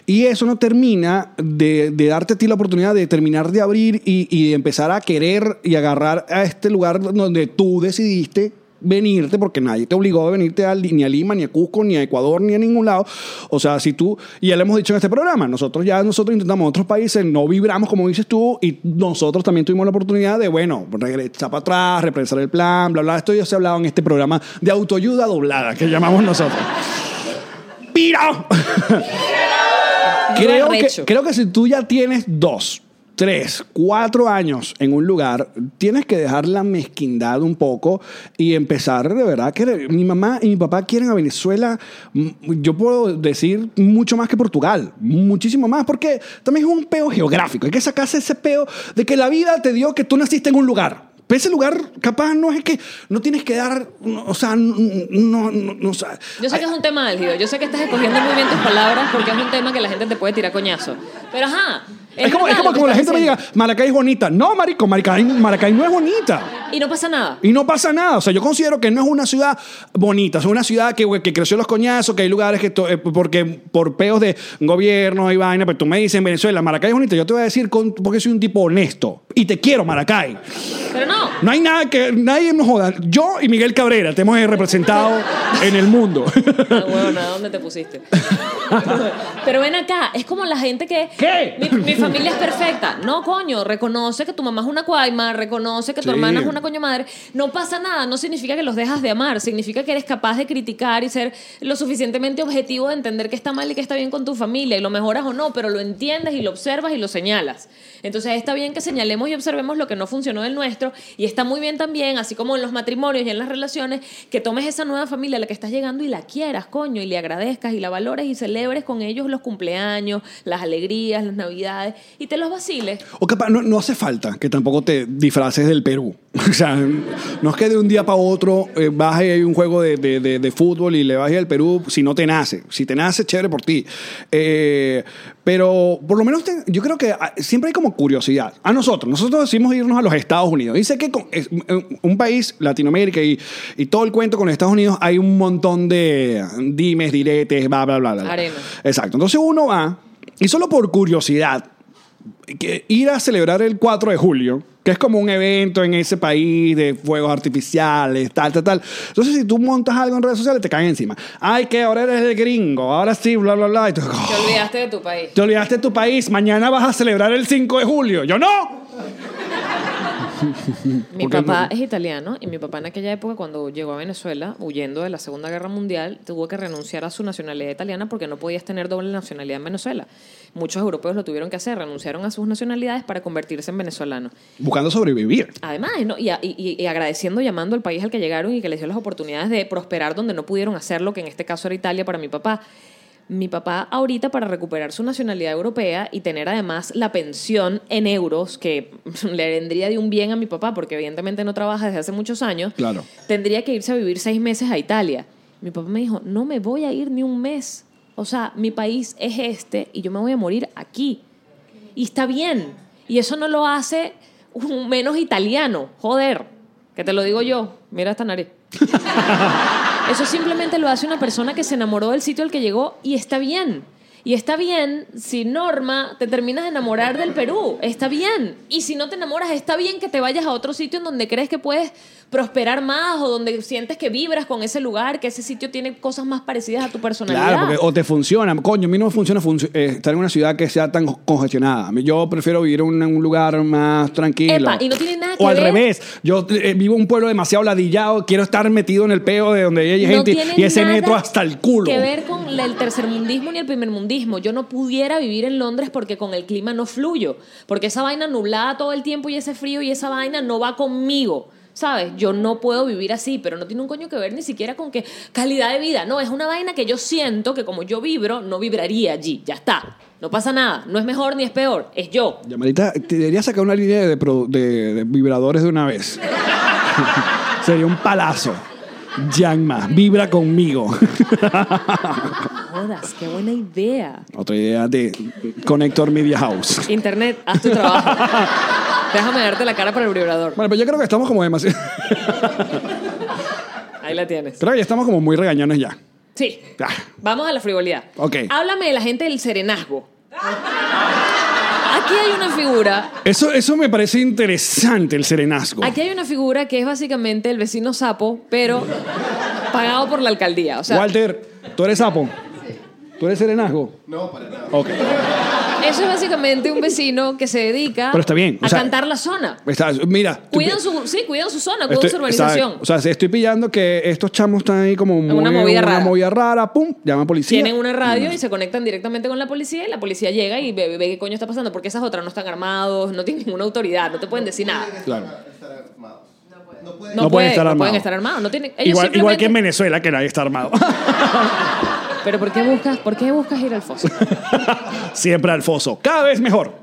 Y eso no termina de, de darte a ti la oportunidad de terminar de abrir y, y de empezar a querer y agarrar a este lugar donde tú decidiste venirte, porque nadie te obligó a venirte a Li- ni a Lima, ni a Cusco, ni a Ecuador, ni a ningún lado. O sea, si tú, y ya lo hemos dicho en este programa, nosotros ya nosotros intentamos otros países, no vibramos como dices tú, y nosotros también tuvimos la oportunidad de, bueno, regresar para atrás, repensar el plan, bla, bla. Esto ya se ha hablado en este programa de autoayuda doblada, que llamamos nosotros. ¡Piro! creo, que,
arrecho.
creo que si tú ya tienes dos, tres, cuatro años en un lugar, tienes que dejar la mezquindad un poco y empezar de verdad. Que mi mamá y mi papá quieren a Venezuela, mm, yo puedo decir mucho más que Portugal, muchísimo más, porque también es un peo geográfico. Hay que sacarse ese peo de que la vida te dio que tú naciste en un lugar. Pero Ese lugar, capaz, no es que no tienes que dar, no, o sea, no, no, no, no, o sea,
Yo sé que es un tema álgido, yo sé que estás escogiendo muy bien tus palabras porque es un tema que la gente te puede tirar coñazo. Pero ajá.
Es, como, es como
verdad lo que
como la
estás
gente me diga,
diciendo.
Maracay es bonita. No, marico, Maracay, Maracay no es bonita.
Y no pasa nada.
Y no pasa nada. O sea, yo considero que no es una ciudad bonita. Es una ciudad que, que creció los coñazos, que hay lugares que... to- eh, porque por peos de gobierno y vaina, pero tú me dices en Venezuela, Maracay es bonita. Yo te voy a decir con- porque soy un tipo honesto. Y te quiero, Maracay.
Pero no.
No hay nada que... Nadie nos joda. Yo y Miguel Cabrera te hemos eh, representado en el mundo.
Ah, huevona, ¿dónde te pusiste? Pero ven acá, es como la gente que.
¿Qué?
Mi, mi familia es perfecta. No, coño, reconoce que tu mamá es una cuaima, reconoce que tu
Sí.
hermana es una coño madre. No pasa nada, no significa que los dejas de amar, significa que eres capaz de criticar y ser lo suficientemente objetivo de entender que está mal y que está bien con tu familia y lo mejoras o no, pero lo entiendes y lo observas y lo señalas. Entonces está bien que señalemos y observemos lo que no funcionó del nuestro y está muy bien también, así como en los matrimonios y en las relaciones, que tomes esa nueva familia a la que estás llegando y la quieras, coño, y le agradezcas y la valores y celebres con ellos los cumpleaños, las alegrías, las navidades y te los vaciles.
O capaz, no, no hace falta que tampoco te disfraces del Perú. O sea, no es que de un día para otro eh, vas y hay un juego de, de- de- de fútbol y le vas al Perú si no te nace. Si te nace, chévere por ti. Eh, pero por lo menos te- yo creo que ah, siempre hay como curiosidad. A nosotros, nosotros decimos irnos a los Estados Unidos. Dice que con- es- un- un país, Latinoamérica y, y todo el cuento con los Estados Unidos, hay un montón de dimes, diretes, bla, bla, bla. bla. bla.
Arena.
Exacto. Entonces uno va y solo por curiosidad que ir a celebrar el 4 de julio, que es como un evento en ese país de fuegos artificiales, tal, tal, tal. Entonces, si tú montas algo en redes sociales, te caen encima. Ay, que ahora eres el gringo, ahora sí, bla, bla, bla. Y tú,
Te
"Oh,
olvidaste de tu país.
te olvidaste de tu país, mañana vas a celebrar el 5 de julio. Yo no.
Mi
Porque
papá
no-
es italiano y mi papá en aquella época, cuando llegó a Venezuela, huyendo de la Segunda Guerra Mundial, tuvo que renunciar a su nacionalidad italiana porque no podías tener doble nacionalidad en Venezuela. Muchos europeos lo tuvieron que hacer, renunciaron a sus nacionalidades para convertirse en venezolanos.
buscando sobrevivir.
Además, ¿no? y, a- y- y agradeciendo, llamando al país al que llegaron y que les dio las oportunidades de prosperar donde no pudieron hacerlo, que en este caso era Italia para mi papá. Mi papá ahorita para recuperar su nacionalidad europea y tener además la pensión en euros, que le vendría de un bien a mi papá, porque evidentemente no trabaja desde hace muchos años,
Claro.
tendría que irse a vivir seis meses a Italia. Mi papá me dijo, no me voy a ir ni un mes. O sea, mi país es este y yo me voy a morir aquí. Y está bien. Y eso no lo hace un menos italiano. Joder. Que te lo digo yo. Mira esta nariz. Eso simplemente lo hace una persona que se enamoró del sitio al que llegó y está bien. Y está bien si Norma te terminas de enamorar del Perú. Está bien. Y si no te enamoras, está bien que te vayas a otro sitio en donde crees que puedes prosperar más o donde sientes que vibras con ese lugar, que ese sitio tiene cosas más parecidas a tu personalidad.
Claro, porque o te funciona. Coño, a mí no me funciona func- eh, estar en una ciudad que sea tan congestionada. A mí- Yo prefiero vivir en un- en un lugar más tranquilo.
Epa, y no tiene nada que
O al
ver-
revés. Yo eh, vivo en un pueblo demasiado ladillado. Quiero estar metido en el peo de donde hay gente
tiene
y ese
nada
metro hasta el culo.
Que ver con la- el tercermundismo ni el primermundismo. Yo no pudiera vivir en Londres porque con el clima no fluyo. Porque esa vaina nublada todo el tiempo y ese frío y esa vaina no va conmigo. ¿Sabes? Yo no puedo vivir así, pero no tiene un coño que ver ni siquiera con que calidad de vida. No, es una vaina que yo siento que como yo vibro, no vibraría allí. Ya está. No pasa nada. No es mejor ni es peor. Es yo.
Ya, Marita, te debería sacar una línea de, pro- de- de vibradores de una vez. Sería un palazo. Yanma, vibra conmigo.
Jodas, qué buena idea.
Otra idea de Connector Media House.
Internet, haz tu trabajo. Déjame darte la cara para el vibrador.
Bueno, pues yo creo que estamos como demasiado.
Ahí la tienes.
creo que ya estamos como muy regañones ya.
Sí.
Ah,
Vamos a la frivolidad.
Ok.
Háblame de la gente del serenazgo. Aquí hay una figura.
Eso, eso me parece interesante, el serenazgo.
Aquí hay una figura que es básicamente el vecino sapo, pero pagado por la alcaldía. O sea,
Walter, ¿tú eres sapo? ¿Tú eres serenazgo?
No, para nada.
Ok.
eso es básicamente un vecino que se dedica
Pero está bien, o
a
sea-
cantar la zona.
Está- mira. estoy
Cuidan
pi-
su, sí, cuidan su zona, cuidan
estoy-
su urbanización.
sabe, O sea, si estoy pillando que estos chamos están ahí como muy,
Una movida rara.
movida rara, pum, llaman policía.
Tienen una radio y se conectan directamente con la policía y la policía llega y ve, ve qué coño está pasando, porque esas otras no están armados, no tienen ninguna autoridad, no te pueden decir nada.
Claro.
Estar armados. No puede. No puede.
No,
No pueden
puede-
estar
no pueden
armados.
estar armados. No tienen, ellos
Igual, igual que en
simplemente-
Venezuela, que nadie está armado.
Pero ¿por qué buscas, por qué buscas ir al foso?
Siempre al foso. Cada vez mejor.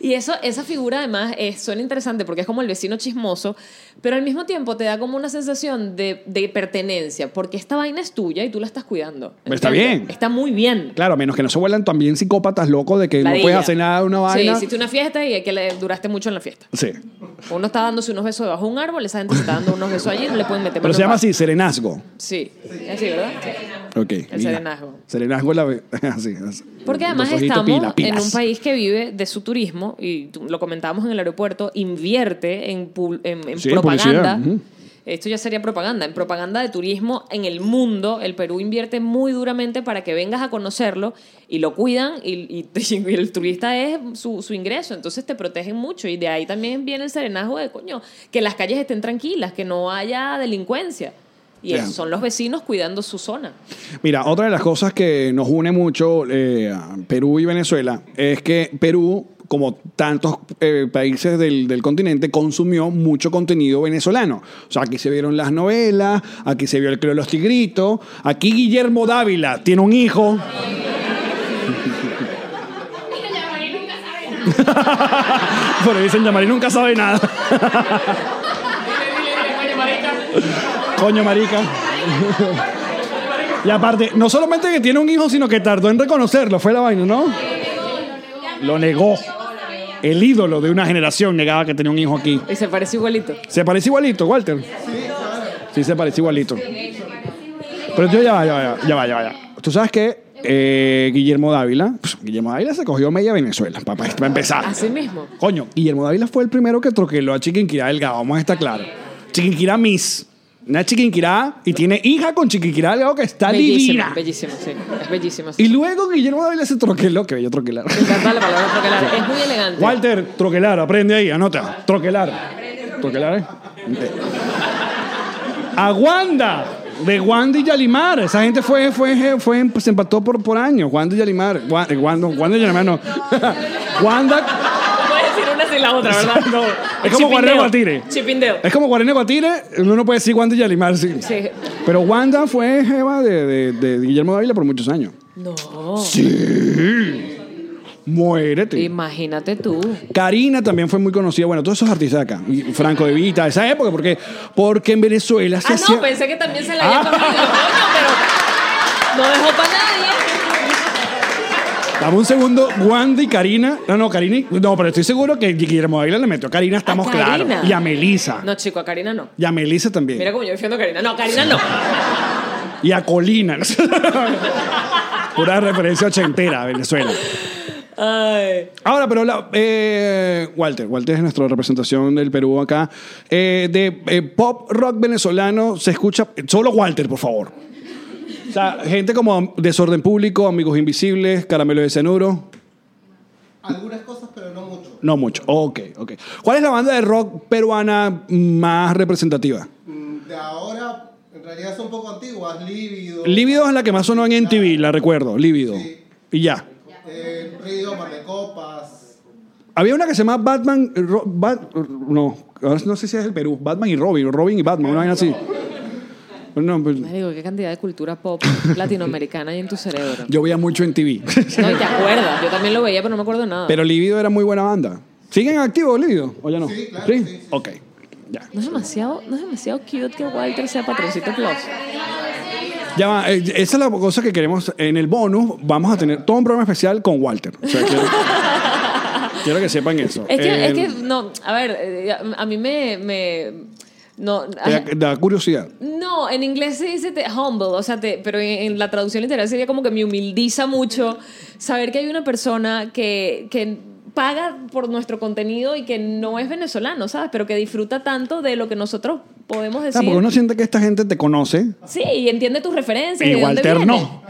y eso, esa figura además es, suena interesante porque es como el vecino chismoso, pero al mismo tiempo te da como una sensación de, de pertenencia, porque esta vaina es tuya y tú la estás cuidando.
Pero está
¿entiendes?
bien.
Está muy bien.
Claro, a menos que no se vuelan también psicópatas locos de que no
Ladilla.
puedes hacer nada de una vaina.
Sí, hiciste una fiesta y que le duraste mucho en la fiesta.
Sí.
Uno está dándose unos besos debajo de un árbol, esa gente se está dando unos besos allí, no le pueden meter
Pero
mano
se
en
llama
paz.
así, serenazgo.
Sí, así, ¿verdad?
Ok.
El serenazgo.
Serenazgo es la... ve- así, así.
Porque además
Los ojitos
estamos
pila,
en
pilas.
un país que vive de su turismo, y tú- lo comentábamos en el aeropuerto, invierte en, pu- en- en
Sí,
propaganda.
publicidad, ujú.
Esto ya sería propaganda. En propaganda de turismo en el mundo, el Perú invierte muy duramente para que vengas a conocerlo y lo cuidan y, y- y el turista es su, su ingreso. Entonces te protegen mucho y de ahí también viene el serenazgo de, coño, que las calles estén tranquilas, que no haya delincuencia. Y
Ya.
esos son los vecinos cuidando su zona.
Mira, otra de las cosas que nos une mucho eh, a Perú y Venezuela es que Perú, como tantos eh, países del, del continente, consumió mucho contenido venezolano. O sea, aquí se vieron las novelas, aquí se vio el Creo de los Tigritos, aquí Guillermo Dávila tiene un hijo.
Mira, ya, Mari nunca sabe nada.
Pero dicen, Yamari nunca sabe nada.
Dile, dile, dile, coño, marica.
Coño, marica. Y aparte, no solamente que tiene un hijo, sino que tardó en reconocerlo, fue la vaina, ¿no? Lo negó. El ídolo de una generación negaba que tenía un hijo aquí.
Y se parece igualito.
¿Se parece igualito, Walter? Sí, se parece igualito. Pero yo ya va, ya va, ya va, ya va. ya va. Tú sabes que eh, Guillermo Dávila, pues, Guillermo Dávila se cogió media Venezuela, para, empezar.
Así mismo.
Coño, Guillermo Dávila fue el primero que troqueló a Chiquinquirá Delgado, vamos a estar claro. Chiquinquirá Miss. Una chiquinquirá y tiene hija con chiquinquirá, algo que está divina.
Bellísima, bellísima, sí. Es bellísima. sí.
Y luego Guillermo Dávila se troqueló, que bello troquelar.
Me encanta la palabra troquelar. Es muy elegante.
Walter, troquelar, aprende ahí, anota. Troquelar. Troquelar, ¿eh? A Wanda, de Wanda y Yalimar. Esa gente fue, fue, fue, se empató por, por años. Wanda y Yalimar. Gua- eh, Wanda, Wanda y Yalimar, no. Wanda.
Puedes decir una sin la otra, ¿verdad?
No, es como Guarene
Chipindeo.
Guatire.
Chipindeo.
Es como Guarene Guatire, uno no puede decir Wanda y Yalimar. Sí.
Sí.
Pero Wanda fue jeva de, de- de Guillermo Dávila por muchos años.
No.
Sí. Muérete.
Imagínate tú.
Karina también fue muy conocida. Bueno, todos esos artistas de acá. Y Franco de Vita, esa época, porque, porque en Venezuela se
Ah,
hacía.
no, pensé que también se la había
Ah.
comido. Coño, pero no dejó para nadie.
Dame un segundo, Wanda y Karina. No, no, Karina. y- No, pero estoy seguro que Guillermo Dávila le metió a Karina, estamos
¿A
claros.
Karina?
Y a Melissa.
No, chico, a Karina no.
Y a Melissa también.
Mira cómo yo defiendo a Karina. No, Karina no.
Y a Colina. Pura referencia ochentera a Venezuela.
Ay.
Ahora, pero la- eh, Walter, Walter es nuestra representación del Perú acá. Eh, de eh, pop rock venezolano se escucha solo Walter, por favor. O sea, gente como Desorden Público, Amigos Invisibles, Caramelo de Cenuro.
Algunas cosas, pero no mucho.
No mucho. Ok, ok. ¿Cuál es la banda de rock peruana más representativa?
Mm, De ahora, en realidad son un poco antiguas. Lívido.
Lívidos es la que más sonó en MTV, la recuerdo. Lívido.
Sí.
Y ya.
eh, Río, Mar de Copas.
Había una que se llamaba Batman. Ro- Bat- no, ahora no sé si es el Perú. Batman y Robin. Robin y Batman, una vaina así. No, pues,
Me digo, qué cantidad de cultura pop latinoamericana hay en tu cerebro.
yo veía mucho en TV.
No, y te acuerdas. Yo también lo veía, pero no me acuerdo nada.
Pero Lívido era muy buena banda. ¿Siguen activos Lívido? ¿O ya no?
Sí, claro, sí, sí.
Ok. Ya.
no es demasiado, no es demasiado cute que Walter sea patroncito plus.
Ya va, eh, esa es la cosa que queremos. En el bonus vamos a tener todo un programa especial con Walter. O sea, quiero, quiero que sepan eso.
Es que,
Eh,
es que no, a ver, eh, a- a mí me, me no,
te da- da curiosidad.
No, en inglés se dice te humble, o sea, te- pero en, en la traducción literal sería como que me humildiza mucho saber que hay una persona que, que paga por nuestro contenido y que no es venezolano, ¿sabes? Pero que disfruta tanto de lo que nosotros podemos
Ah,
decir.
porque uno siente que esta gente te conoce.
Sí, y entiende tus referencias. y
Y
de dónde
Walter
viene.
no.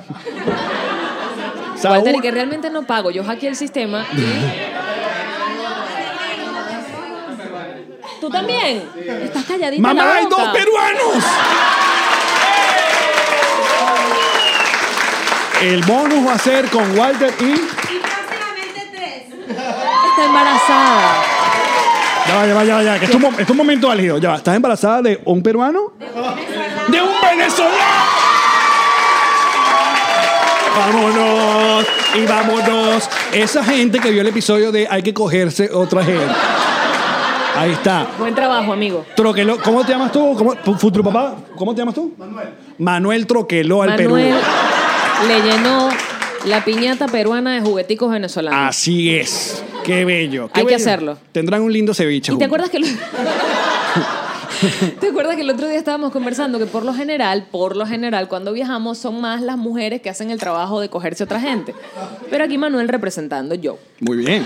O sea,
Walter,
un-
y que realmente no pago. Yo hackeé el sistema. ¿Tú también? Estás calladita.
¡Mamá,
la
hay
boca.
dos peruanos! El bonus va a ser con Walter y.
Y próximamente tres.
Está embarazada.
Ya va, ya va, ya va, ya va, que esto es un, mo- esto es un momento álgido. Ya va, ¿estás embarazada de un peruano? ¡De un venezolano! Vámonos y vámonos. Esa gente que vio el episodio de Hay que cogerse otra gente. Ahí está.
Buen trabajo, amigo.
Troqueló, ¿cómo te llamas tú? ¿Cómo, tu- futuro papá? ¿Cómo te llamas tú? Manuel. Manuel Troqueló al Perú.
Manuel le llenó la piñata peruana de jugueticos venezolanos.
Así es. Qué bello. qué
Hay que
bello.
hacerlo.
Tendrán un lindo ceviche.
¿Y
juntos.
te acuerdas que lo- ¿Te acuerdas que el otro día estábamos conversando que por lo general, por lo general, cuando viajamos son más las mujeres que hacen el trabajo de cogerse a otra gente? Pero aquí Manuel representando yo.
Muy bien.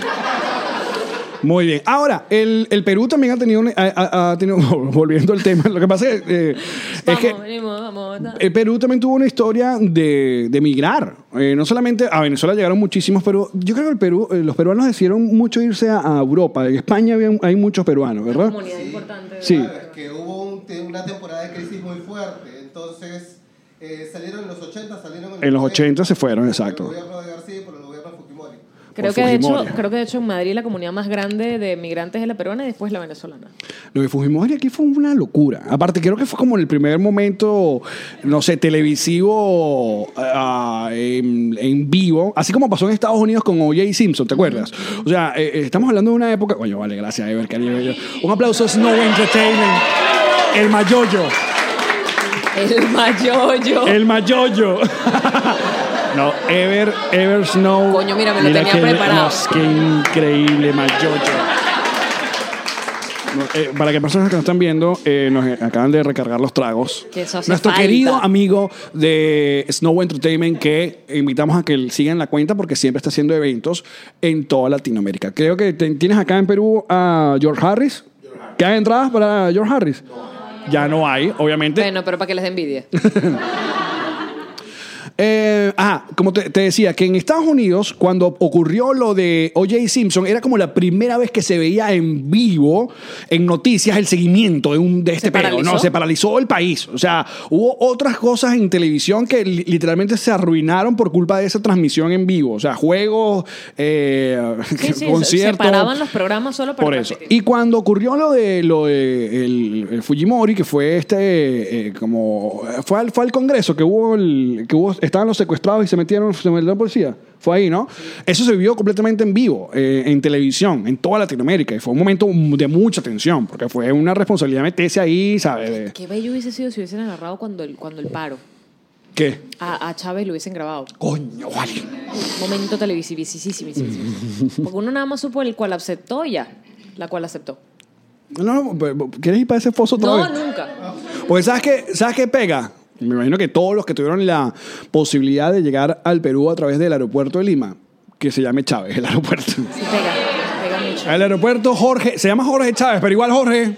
Muy bien. Ahora, el, el Perú también ha tenido, un- ha- ha- ha tenido- Volviendo al tema, lo que pasa es, que, eh, es
Vamos,
que
venimos, vamos. ta.
el Perú también tuvo una historia de, de migrar. Eh, no solamente a Venezuela llegaron muchísimos, pero yo creo que el Perú, eh, los peruanos decidieron mucho irse a, a Europa. En España había- hay muchos peruanos, ¿verdad?
Comunidad importante.
Sí.
Claro, es que hubo un te- una temporada de crisis muy fuerte. Entonces, eh, salieron en los 80, salieron
En los 80 se fueron, exacto.
Por el gobierno de García y por el gobierno de Fujimori.
Creo
Por
que, de hecho,
Fujimori.
creo que de hecho en Madrid la comunidad más grande de migrantes es la peruana y después la venezolana.
Lo de Fujimori aquí fue una locura. Aparte, creo que fue como el primer momento, no sé, televisivo ah, en, en vivo, así como pasó en Estados Unidos con O.J. Simpson, ¿te acuerdas? O sea, eh, eh, estamos hablando de una época. Coño, vale, gracias, Ever. Caribe. Un aplauso a Snow Entertainment. El Mayoyo.
El mayoyo.
El Mayoyo. No, Ever, Ever Snow.
Coño, mira, me lo tenía
qué-
preparado.
nos- qué increíble Mayoyo. No, eh, para que personas que nos están viendo, eh, nos acaban de recargar los tragos.
Que eso hace
Nuestro
falta.
querido amigo de Snow Entertainment, que invitamos a que sigan la cuenta porque siempre está haciendo eventos en toda Latinoamérica. Creo que te- tienes acá en Perú a George Harris. ¿Quedan entradas para George Harris? Ya no hay, obviamente.
Bueno, pero para que les dé envidia.
Eh, ah, como te, te decía, que en Estados Unidos, cuando ocurrió lo de O.J. Simpson, era como la primera vez que se veía en vivo, en noticias, el seguimiento de, un, de este pedo.
paralizó?
No, se paralizó el país. O sea, hubo otras cosas en televisión que li- literalmente se arruinaron por culpa de esa transmisión en vivo. O sea, juegos, eh,
Sí, sí, se
conciertos.
paraban los programas solo para
Por eso.
transmitir.
Y cuando ocurrió lo de lo de el, el Fujimori, que fue este eh, como fue al, fue al Congreso que hubo el, que hubo, estaban los secuestrados y se metieron, se metió la policía. Fue ahí, ¿no? Eso se vio completamente en vivo, eh, en televisión, en toda Latinoamérica. Y fue un momento de mucha tensión, porque fue una responsabilidad meterse ahí, ¿sabes? De-
Qué bello hubiese sido si hubiesen agarrado cuando el, cuando el paro.
¿Qué?
A, a Chávez lo hubiesen grabado.
Coño, vale.
Momento televisivísimo. Porque uno nada más supo el cual aceptó y ya. La cual aceptó.
No, no, pero- ¿quieres ir para ese foso otra
No,
vez?
nunca.
Pues ¿sabes qué, ¿sabes qué pega? Me imagino que todos los que tuvieron la posibilidad de llegar al Perú a través del aeropuerto de Lima, que se llame Chávez, el aeropuerto.
Sí, pega. Pega mucho.
El aeropuerto Jorge, se llama Jorge Chávez, pero igual Jorge.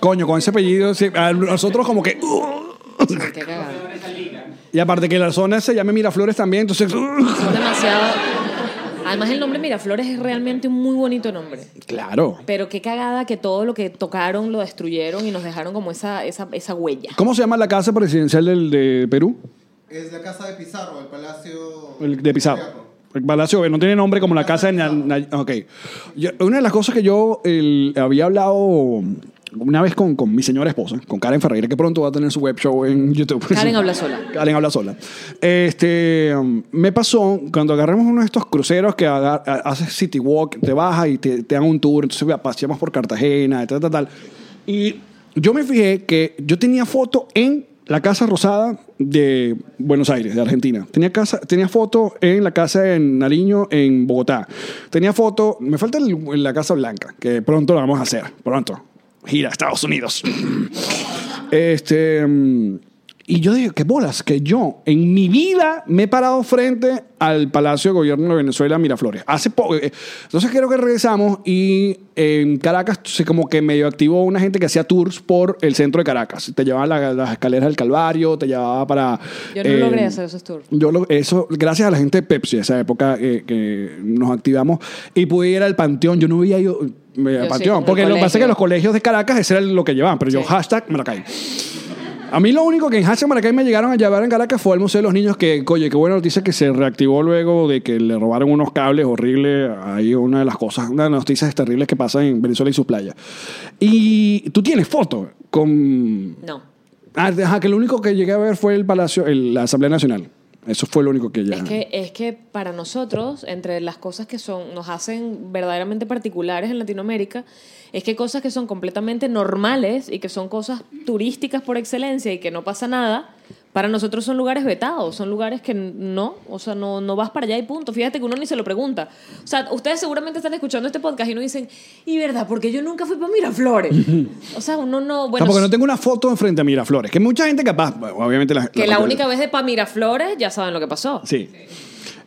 Coño, con ese apellido, sí, a nosotros como que... uh,
Qué cagada.
y aparte que la zona se llame Miraflores también, entonces... uh,
Son demasiado. Además, el nombre Miraflores es realmente un muy bonito nombre.
claro.
Pero qué cagada que todo lo que tocaron lo destruyeron y nos dejaron como esa, esa, esa huella.
¿Cómo se llama la casa presidencial del, de Perú?
Es la casa de Pizarro, el palacio.
El de Pizarro.
Pizarro.
El Palacio B, no tiene nombre como la casa de Na- Na- Ok. Yo- una de las cosas que yo el- había hablado una vez con, con mi señora esposa, con Karen Ferreira, que pronto va a tener su web show en YouTube.
Karen habla sola.
Karen habla sola. Este, um, me pasó cuando agarramos uno de estos cruceros que aga- ha- haces City Walk, te bajas y te, te dan un tour, entonces vea, paseamos por Cartagena, tal, tal, tal. Y yo me fijé que yo tenía foto en la Casa Rosada de Buenos Aires, de Argentina. Tenía, casa, tenía foto en la Casa en Nariño, en Bogotá. Tenía foto, me falta el- en la Casa Blanca, que pronto la vamos a hacer, pronto. Gira a Estados Unidos. Este. mm, Y yo dije, qué bolas, que yo en mi vida me he parado frente al Palacio de Gobierno de Venezuela, Miraflores. Hace poco. eh, Entonces creo que regresamos y en Caracas se como que medio activó una gente que hacía tours por el centro de Caracas. Te llevaba la- las escaleras del Calvario, te llevaba para.
Yo no
Eh,
logré hacer esos tours.
Yo lo- eso, gracias a la gente de Pepsi, esa época eh, que nos activamos y pude ir al Panteón. Yo no había ido eh, al
sí,
Panteón,
en el
porque lo que pasa es que
colegio.
los colegios de Caracas, ese era lo que llevaban, pero yo
Sí.
hashtag Maracay. A mí lo único que en Hashtag Maracay me llegaron a llevar en Caracas fue al Museo de los Niños, que, oye, qué buena noticia que se reactivó luego de que le robaron unos cables horribles. Ahí una de las cosas, una de las noticias terribles que pasan en Venezuela y sus playas. Y tú tienes fotos con
No.
Ah, ajá, que lo único que llegué a ver fue el Palacio, el- la Asamblea Nacional. Eso fue lo único que ya.
Es que, es que para nosotros, entre las cosas que son, nos hacen verdaderamente particulares en Latinoamérica, es que cosas que son completamente normales y que son cosas turísticas por excelencia y que no pasa nada, para nosotros son lugares vetados, son lugares que no, o sea, no, no vas para allá y punto. Fíjate que uno ni se lo pregunta. O sea, ustedes seguramente están escuchando este podcast y no dicen, y verdad, porque yo nunca fui para Miraflores. o sea, uno no.
O
Bueno,
sea, porque no tengo una foto enfrente a Miraflores. Que mucha gente capaz, bueno, obviamente la,
que la
mayoría-
única vez de para Miraflores ya saben lo que pasó.
Sí.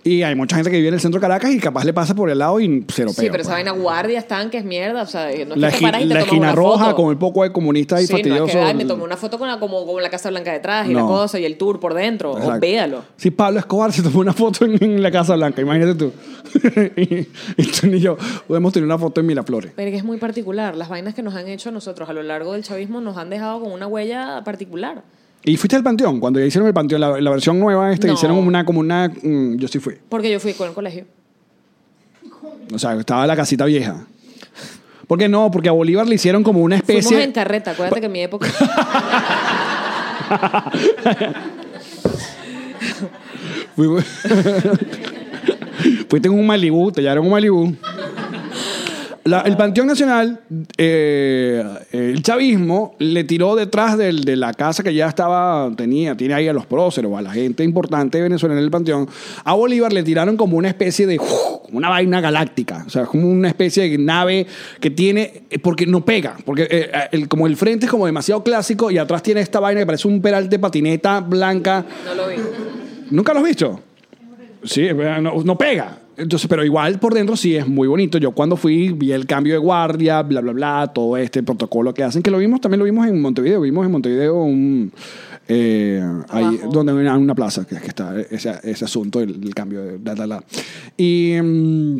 Y hay mucha gente que vive en el centro de Caracas y capaz le pasa por el lado y cero
Sí,
peo,
pero
pues.
esa vaina guardias, tanques, mierda. O sea, no es
La,
que te
esqui-
paras y te
la
tomas
esquina
una
roja
foto.
con el poco de comunistas y
sí, no es
fastidiosos.
que, ay, me tomé una foto con la, como, como la Casa Blanca detrás y la
No.
cosa y el tour por dentro.
Exacto.
O véalo.
Sí, Pablo Escobar se tomó una foto en, en la Casa Blanca, imagínate tú. y, y tú ni yo podemos tener una foto en Miraflores.
Pero que es muy particular. Las vainas que nos han hecho a nosotros a lo largo del chavismo nos han dejado con una huella particular.
Y fuiste al Panteón, cuando ya hicieron el Panteón, la, la versión nueva esta,
No.
hicieron una como una... mm, yo sí fui.
Porque yo fui con el colegio.
O sea, estaba la casita vieja. ¿Por qué no? Porque a Bolívar le hicieron como una especie.
Fuimos en carreta, acuérdate que en mi época.
Fuimos- Fuiste en un Malibú, te llevaron un Malibú. La- el Panteón Nacional, eh, el chavismo le tiró detrás del- de la casa que ya estaba, tenía, tiene ahí a los próceros, a la gente importante de Venezuela en el Panteón. A Bolívar le tiraron como una especie de, como una vaina galáctica, o sea, como una especie de nave que tiene, eh, porque no pega, porque eh, el- como el frente es como demasiado clásico y atrás tiene esta vaina que parece un peral de patineta blanca.
No lo vi.
¿Nunca lo has visto? Sí, es verdad, eh, no, no pega. Entonces, pero igual por dentro sí es muy bonito. Yo cuando fui vi el cambio de guardia, bla, bla, bla, todo este protocolo que hacen, que lo vimos, también lo vimos en Montevideo. Vimos en Montevideo un... eh, ahí,
Abajo.
donde hay una, una plaza que, que está eh, ese, ese asunto, el, el cambio de... bla, bla, bla. Y... mm,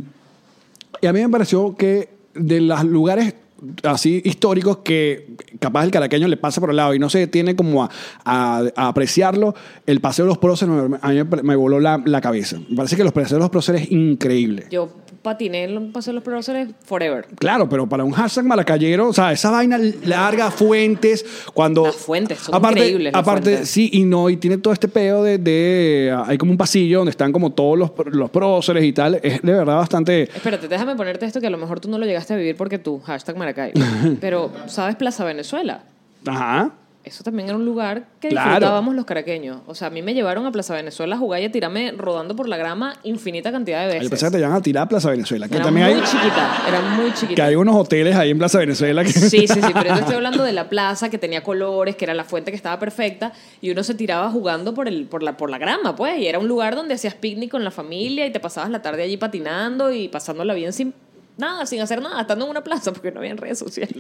y a mí me pareció que de los lugares así históricos que capaz el caraqueño le pasa por el lado y no se detiene como a, a- a apreciarlo, el Paseo de los Próceres me- a mí me, me voló la, la cabeza. Me parece que los Paseo de los Próceres es increíble.
Yo patiné en los paseos de los próceres forever.
Claro, pero para un hashtag maracayero, o sea, esa vaina larga, fuentes, cuando...
Las fuentes son
aparte,
increíbles, las
Aparte,
fuentes.
sí, y no, y tiene todo este pedo de, de- Hay como un pasillo donde están como todos los, los próceres y tal. Es de verdad bastante...
Espérate, déjame ponerte esto que a lo mejor tú no lo llegaste a vivir porque tú, hashtag Maracay. Pero, ¿sabes Plaza Venezuela?
Ajá.
Eso también era un lugar que
Claro.
disfrutábamos los caraqueños. O sea, a mí me llevaron a Plaza Venezuela a jugar y a tirarme rodando por la grama infinita cantidad de veces.
Yo pensé que te iban a tirar a Plaza Venezuela. Que
era muy
también hay,
chiquita, era muy
que
chiquita.
hay unos hoteles ahí en Plaza Venezuela. Que...
Sí, sí, sí, pero yo te estoy hablando de la plaza que tenía colores, que era la fuente que estaba perfecta y uno se tiraba jugando por, el, por, la, por la grama, pues, y era un lugar donde hacías picnic con la familia y te pasabas la tarde allí patinando y pasándola bien sin nada, sin hacer nada, estando en una plaza porque no había redes sociales.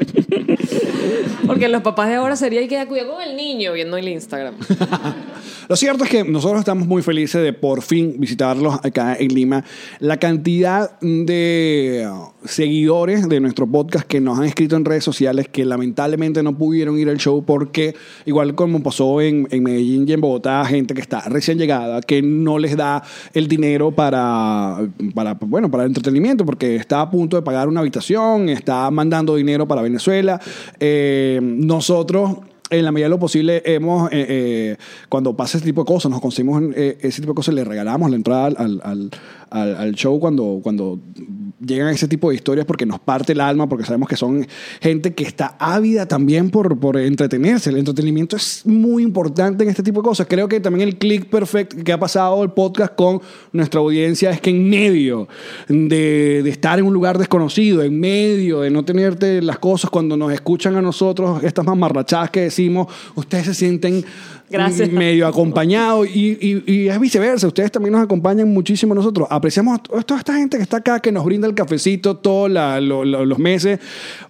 porque los papás de ahora sería hay que cuidado con el niño viendo el Instagram.
Lo cierto es que nosotros estamos muy felices de por fin visitarlos acá en Lima. La cantidad de uh, seguidores de nuestro podcast que nos han escrito en redes sociales que lamentablemente no pudieron ir al show porque, igual como pasó en, en Medellín y en Bogotá, gente que está recién llegada, que no les da el dinero para, para, bueno, para el entretenimiento, porque está a punto de pagar una habitación, está mandando dinero para Venezuela. Eh, nosotros en la medida de lo posible hemos eh, eh, cuando pasa ese tipo de cosas nos conseguimos eh, ese tipo de cosas le regalamos la entrada al, al- al- al show cuando cuando llegan ese tipo de historias porque nos parte el alma porque sabemos que son gente que está ávida también por, por entretenerse el entretenimiento es muy importante en este tipo de cosas creo que también el click perfect que ha pasado el podcast con nuestra audiencia es que en medio de, de estar en un lugar desconocido en medio de no tenerte las cosas cuando nos escuchan a nosotros estas mamarrachadas que decimos ustedes se sienten
Gracias.
medio acompañados y, y- y es viceversa ustedes también nos acompañan muchísimo a nosotros apreciamos a to- a toda esta gente que está acá que nos brinda el cafecito todos los meses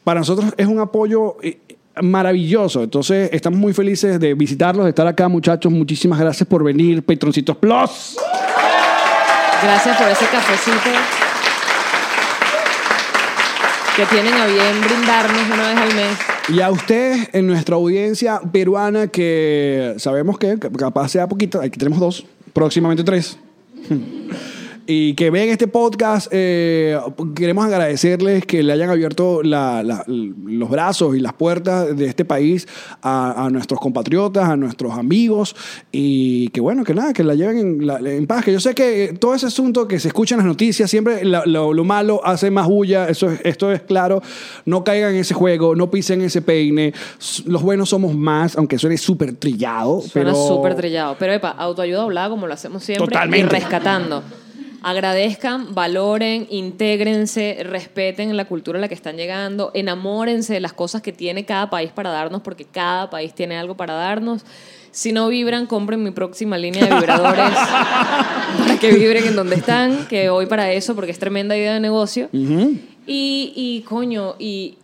para nosotros es un apoyo eh, maravilloso entonces estamos muy felices de visitarlos de estar acá muchachos muchísimas gracias por venir Petroncitos Plus
Gracias por ese cafecito que tienen a bien brindarnos una vez al mes.
Y a ustedes, en nuestra audiencia peruana, que sabemos que capaz sea poquita, aquí tenemos dos, próximamente tres. Y que ven este podcast, eh, queremos agradecerles que le hayan abierto la- la- los brazos y las puertas de este país a, a nuestros compatriotas, a nuestros amigos, y que bueno, que nada, que la lleven en, la- en paz. Que yo sé que eh, todo ese asunto que se escucha en las noticias, siempre la- lo, lo malo hace más bulla, eso es- esto es claro. No caigan en ese juego, no pisen ese peine. S- Los buenos somos más, aunque suene súper trillado.
Suena
pero-
súper trillado. Pero, epa, autoayuda hablada como lo hacemos siempre.
Totalmente.
Y rescatando. Agradezcan, valoren, intégrense, respeten la cultura a la que están llegando, enamórense de las cosas que tiene cada país para darnos, porque cada país tiene algo para darnos. Si no vibran, compren mi próxima línea de vibradores para que vibren en donde están, que hoy para eso, porque es tremenda idea de negocio. Y, y, coño, y,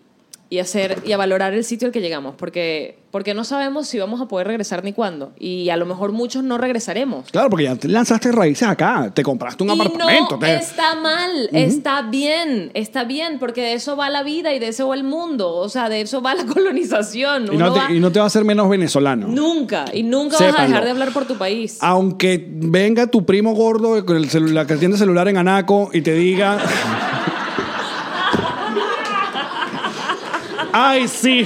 y hacer y a valorar el sitio al que llegamos, porque, porque no sabemos si vamos a poder regresar ni cuándo. Y a lo mejor muchos no regresaremos.
Claro, porque ya te lanzaste raíces acá, te compraste un
y
apartamento.
no
te-
está mal, está bien, está bien, porque de eso va la vida y de eso va el mundo, o sea, de eso va la colonización.
Y no,
Uno va-
te, y no te va a hacer menos venezolano.
Nunca, y nunca vas a
Sépanlo.
dejar de hablar por tu país.
Ah, Aunque venga tu primo gordo con el celular, que tiene celular en Anaco y te diga. ¡Ay, sí!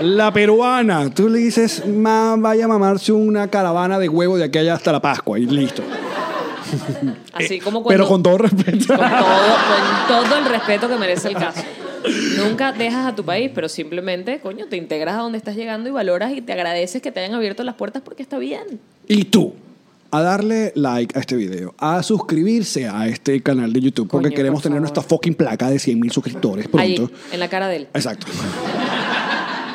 La peruana. Tú le dices, "Ma, vaya a mamarse una caravana de huevo de aquí allá hasta la Pascua y listo.
Así como cuando...
eh, Pero con todo respeto.
con todo, con todo el respeto que merece el caso. Nunca dejas a tu país, pero simplemente, coño, te integras a donde estás llegando y valoras y te agradeces que te hayan abierto las puertas porque está bien.
Y tú, a darle like a este video, a suscribirse a este canal de YouTube, porque
Coño,
queremos
por
tener
favor.
nuestra fucking placa de 100 mil suscriptores pronto.
Ahí, en la cara de él.
Exacto.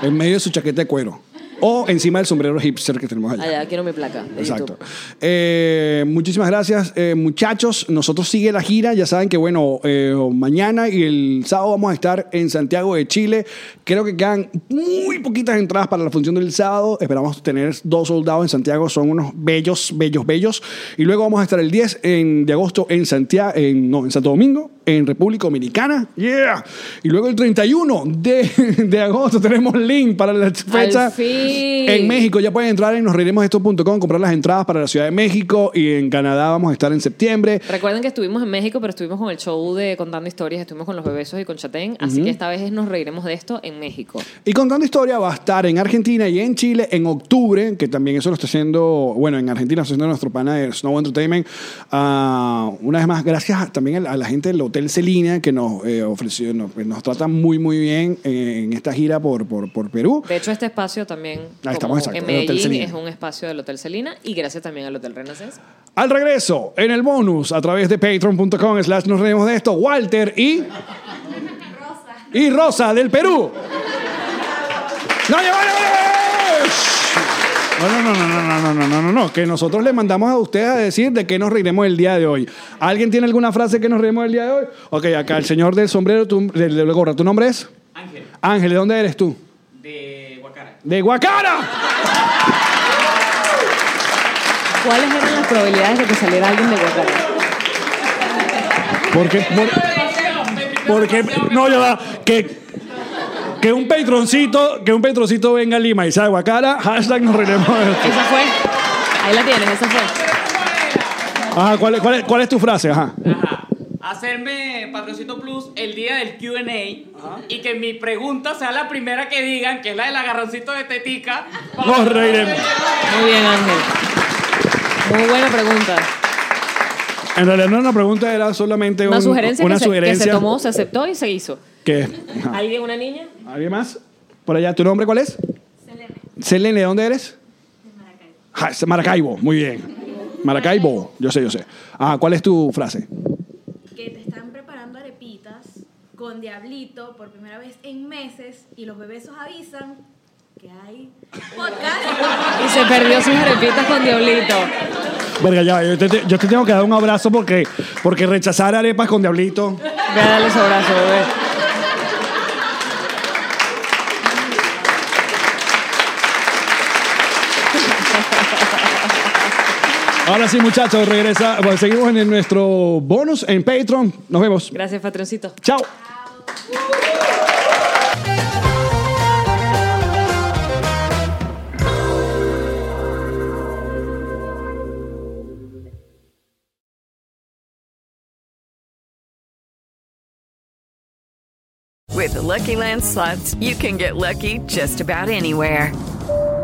en medio de su chaqueta de cuero. o encima del sombrero hipster que tenemos allá.
Allá, quiero mi placa. de
Exacto.
YouTube.
Eh, muchísimas gracias, eh, muchachos. Nosotros sigue la gira. Ya saben que, bueno, eh, mañana y el sábado vamos a estar en Santiago de Chile. Creo que quedan muy poquitas entradas para la función del sábado. Esperamos tener dos soldados en Santiago. Son unos bellos, bellos, bellos. Y luego vamos a estar el 10 en- de agosto en Santiago, en, no, en Santo Domingo, en República Dominicana. ¡Yeah! Y luego el 31 de, de agosto tenemos link para la fecha
fin.
en México. México ya pueden entrar en nosreiremosesto.com, comprar las entradas para la Ciudad de México y en Canadá vamos a estar en septiembre.
Recuerden que estuvimos en México, pero estuvimos con el show de Contando Historias, estuvimos con los bebesos y con Chatén, así que esta vez nos reiremos de esto en México.
Y contando historia va a estar en Argentina y en Chile en octubre, que también eso lo está haciendo, bueno, en Argentina lo está haciendo nuestro pana de Snow Entertainment. Ah, una vez más, gracias también a la gente del Hotel Celina que nos eh, ofreció, nos, nos trata muy, muy bien eh, en esta gira por, por, por Perú.
De hecho, este espacio también
Ahí estamos,
como
exacto,
en
el Hotel
Medellín
Celina.
es un espacio del Hotel Celina y gracias también al Hotel Renaissance.
Al regreso, en el bonus, a través de patreon.com slash nos reímos de esto, Walter y... Y Rosa del Perú. ¡No, ya va, ya va, ya va! Shh. No, no, no, no, no, no, no, no, no, no, que nosotros le mandamos a usted a decir de qué nos reiremos el día de hoy. ¿Alguien tiene alguna frase que nos reiremos el día de hoy? Ok, acá el señor del sombrero, tú- del de la gorra, ¿tu nombre es?
Ángel,
Ángel, ¿de dónde eres tú?
de Guacara.
¡De Guacara!
¿Cuáles eran las probabilidades de que saliera alguien de Guadalajara?
¿Por qué? por- Porque no ya va que que un patroncito, que un patroncito venga a Lima y sea Guacara, hashtag nos reiremos de esto.
Esa fue. Ahí la tienes, esa fue.
Ajá, ¿cuál, es- cuál es, cuál es tu frase? Ajá.
Ajá. Hacerme Patrocito Plus el día del QA y que mi pregunta sea la primera que digan, que es la del agarroncito de tetica.
Nos reiremos.
Muy bien, Ángel. Muy buena pregunta.
En realidad no era una pregunta, era solamente
Una
un-
sugerencia,
una
que, se- que
sugerencia.
se tomó, se aceptó y se hizo.
que- ajá.
¿Alguien, una niña?
¿Alguien más? Por allá, ¿tu nombre cuál es? Selene. Selene, ¿de dónde eres? De Maracaibo. Maracaibo, muy bien. Maracaibo, yo sé, yo sé. Ah, ¿cuál es tu frase?
que te están preparando arepitas con diablito por primera vez en meses y los bebesos avisan que hay podcast.
Y se perdió sus arepitas con Diablito.
Verga, ya, va, yo te, yo te tengo que dar un abrazo porque, porque rechazar arepas con diablito.
Ve a darle su abrazo, bebé.
Ahora sí, muchachos, regresa. Bueno, seguimos en nuestro bonus en Patreon. Nos vemos.
Gracias, patroncito.
Chao.
With the Lucky Land slots, you can get lucky just about anywhere.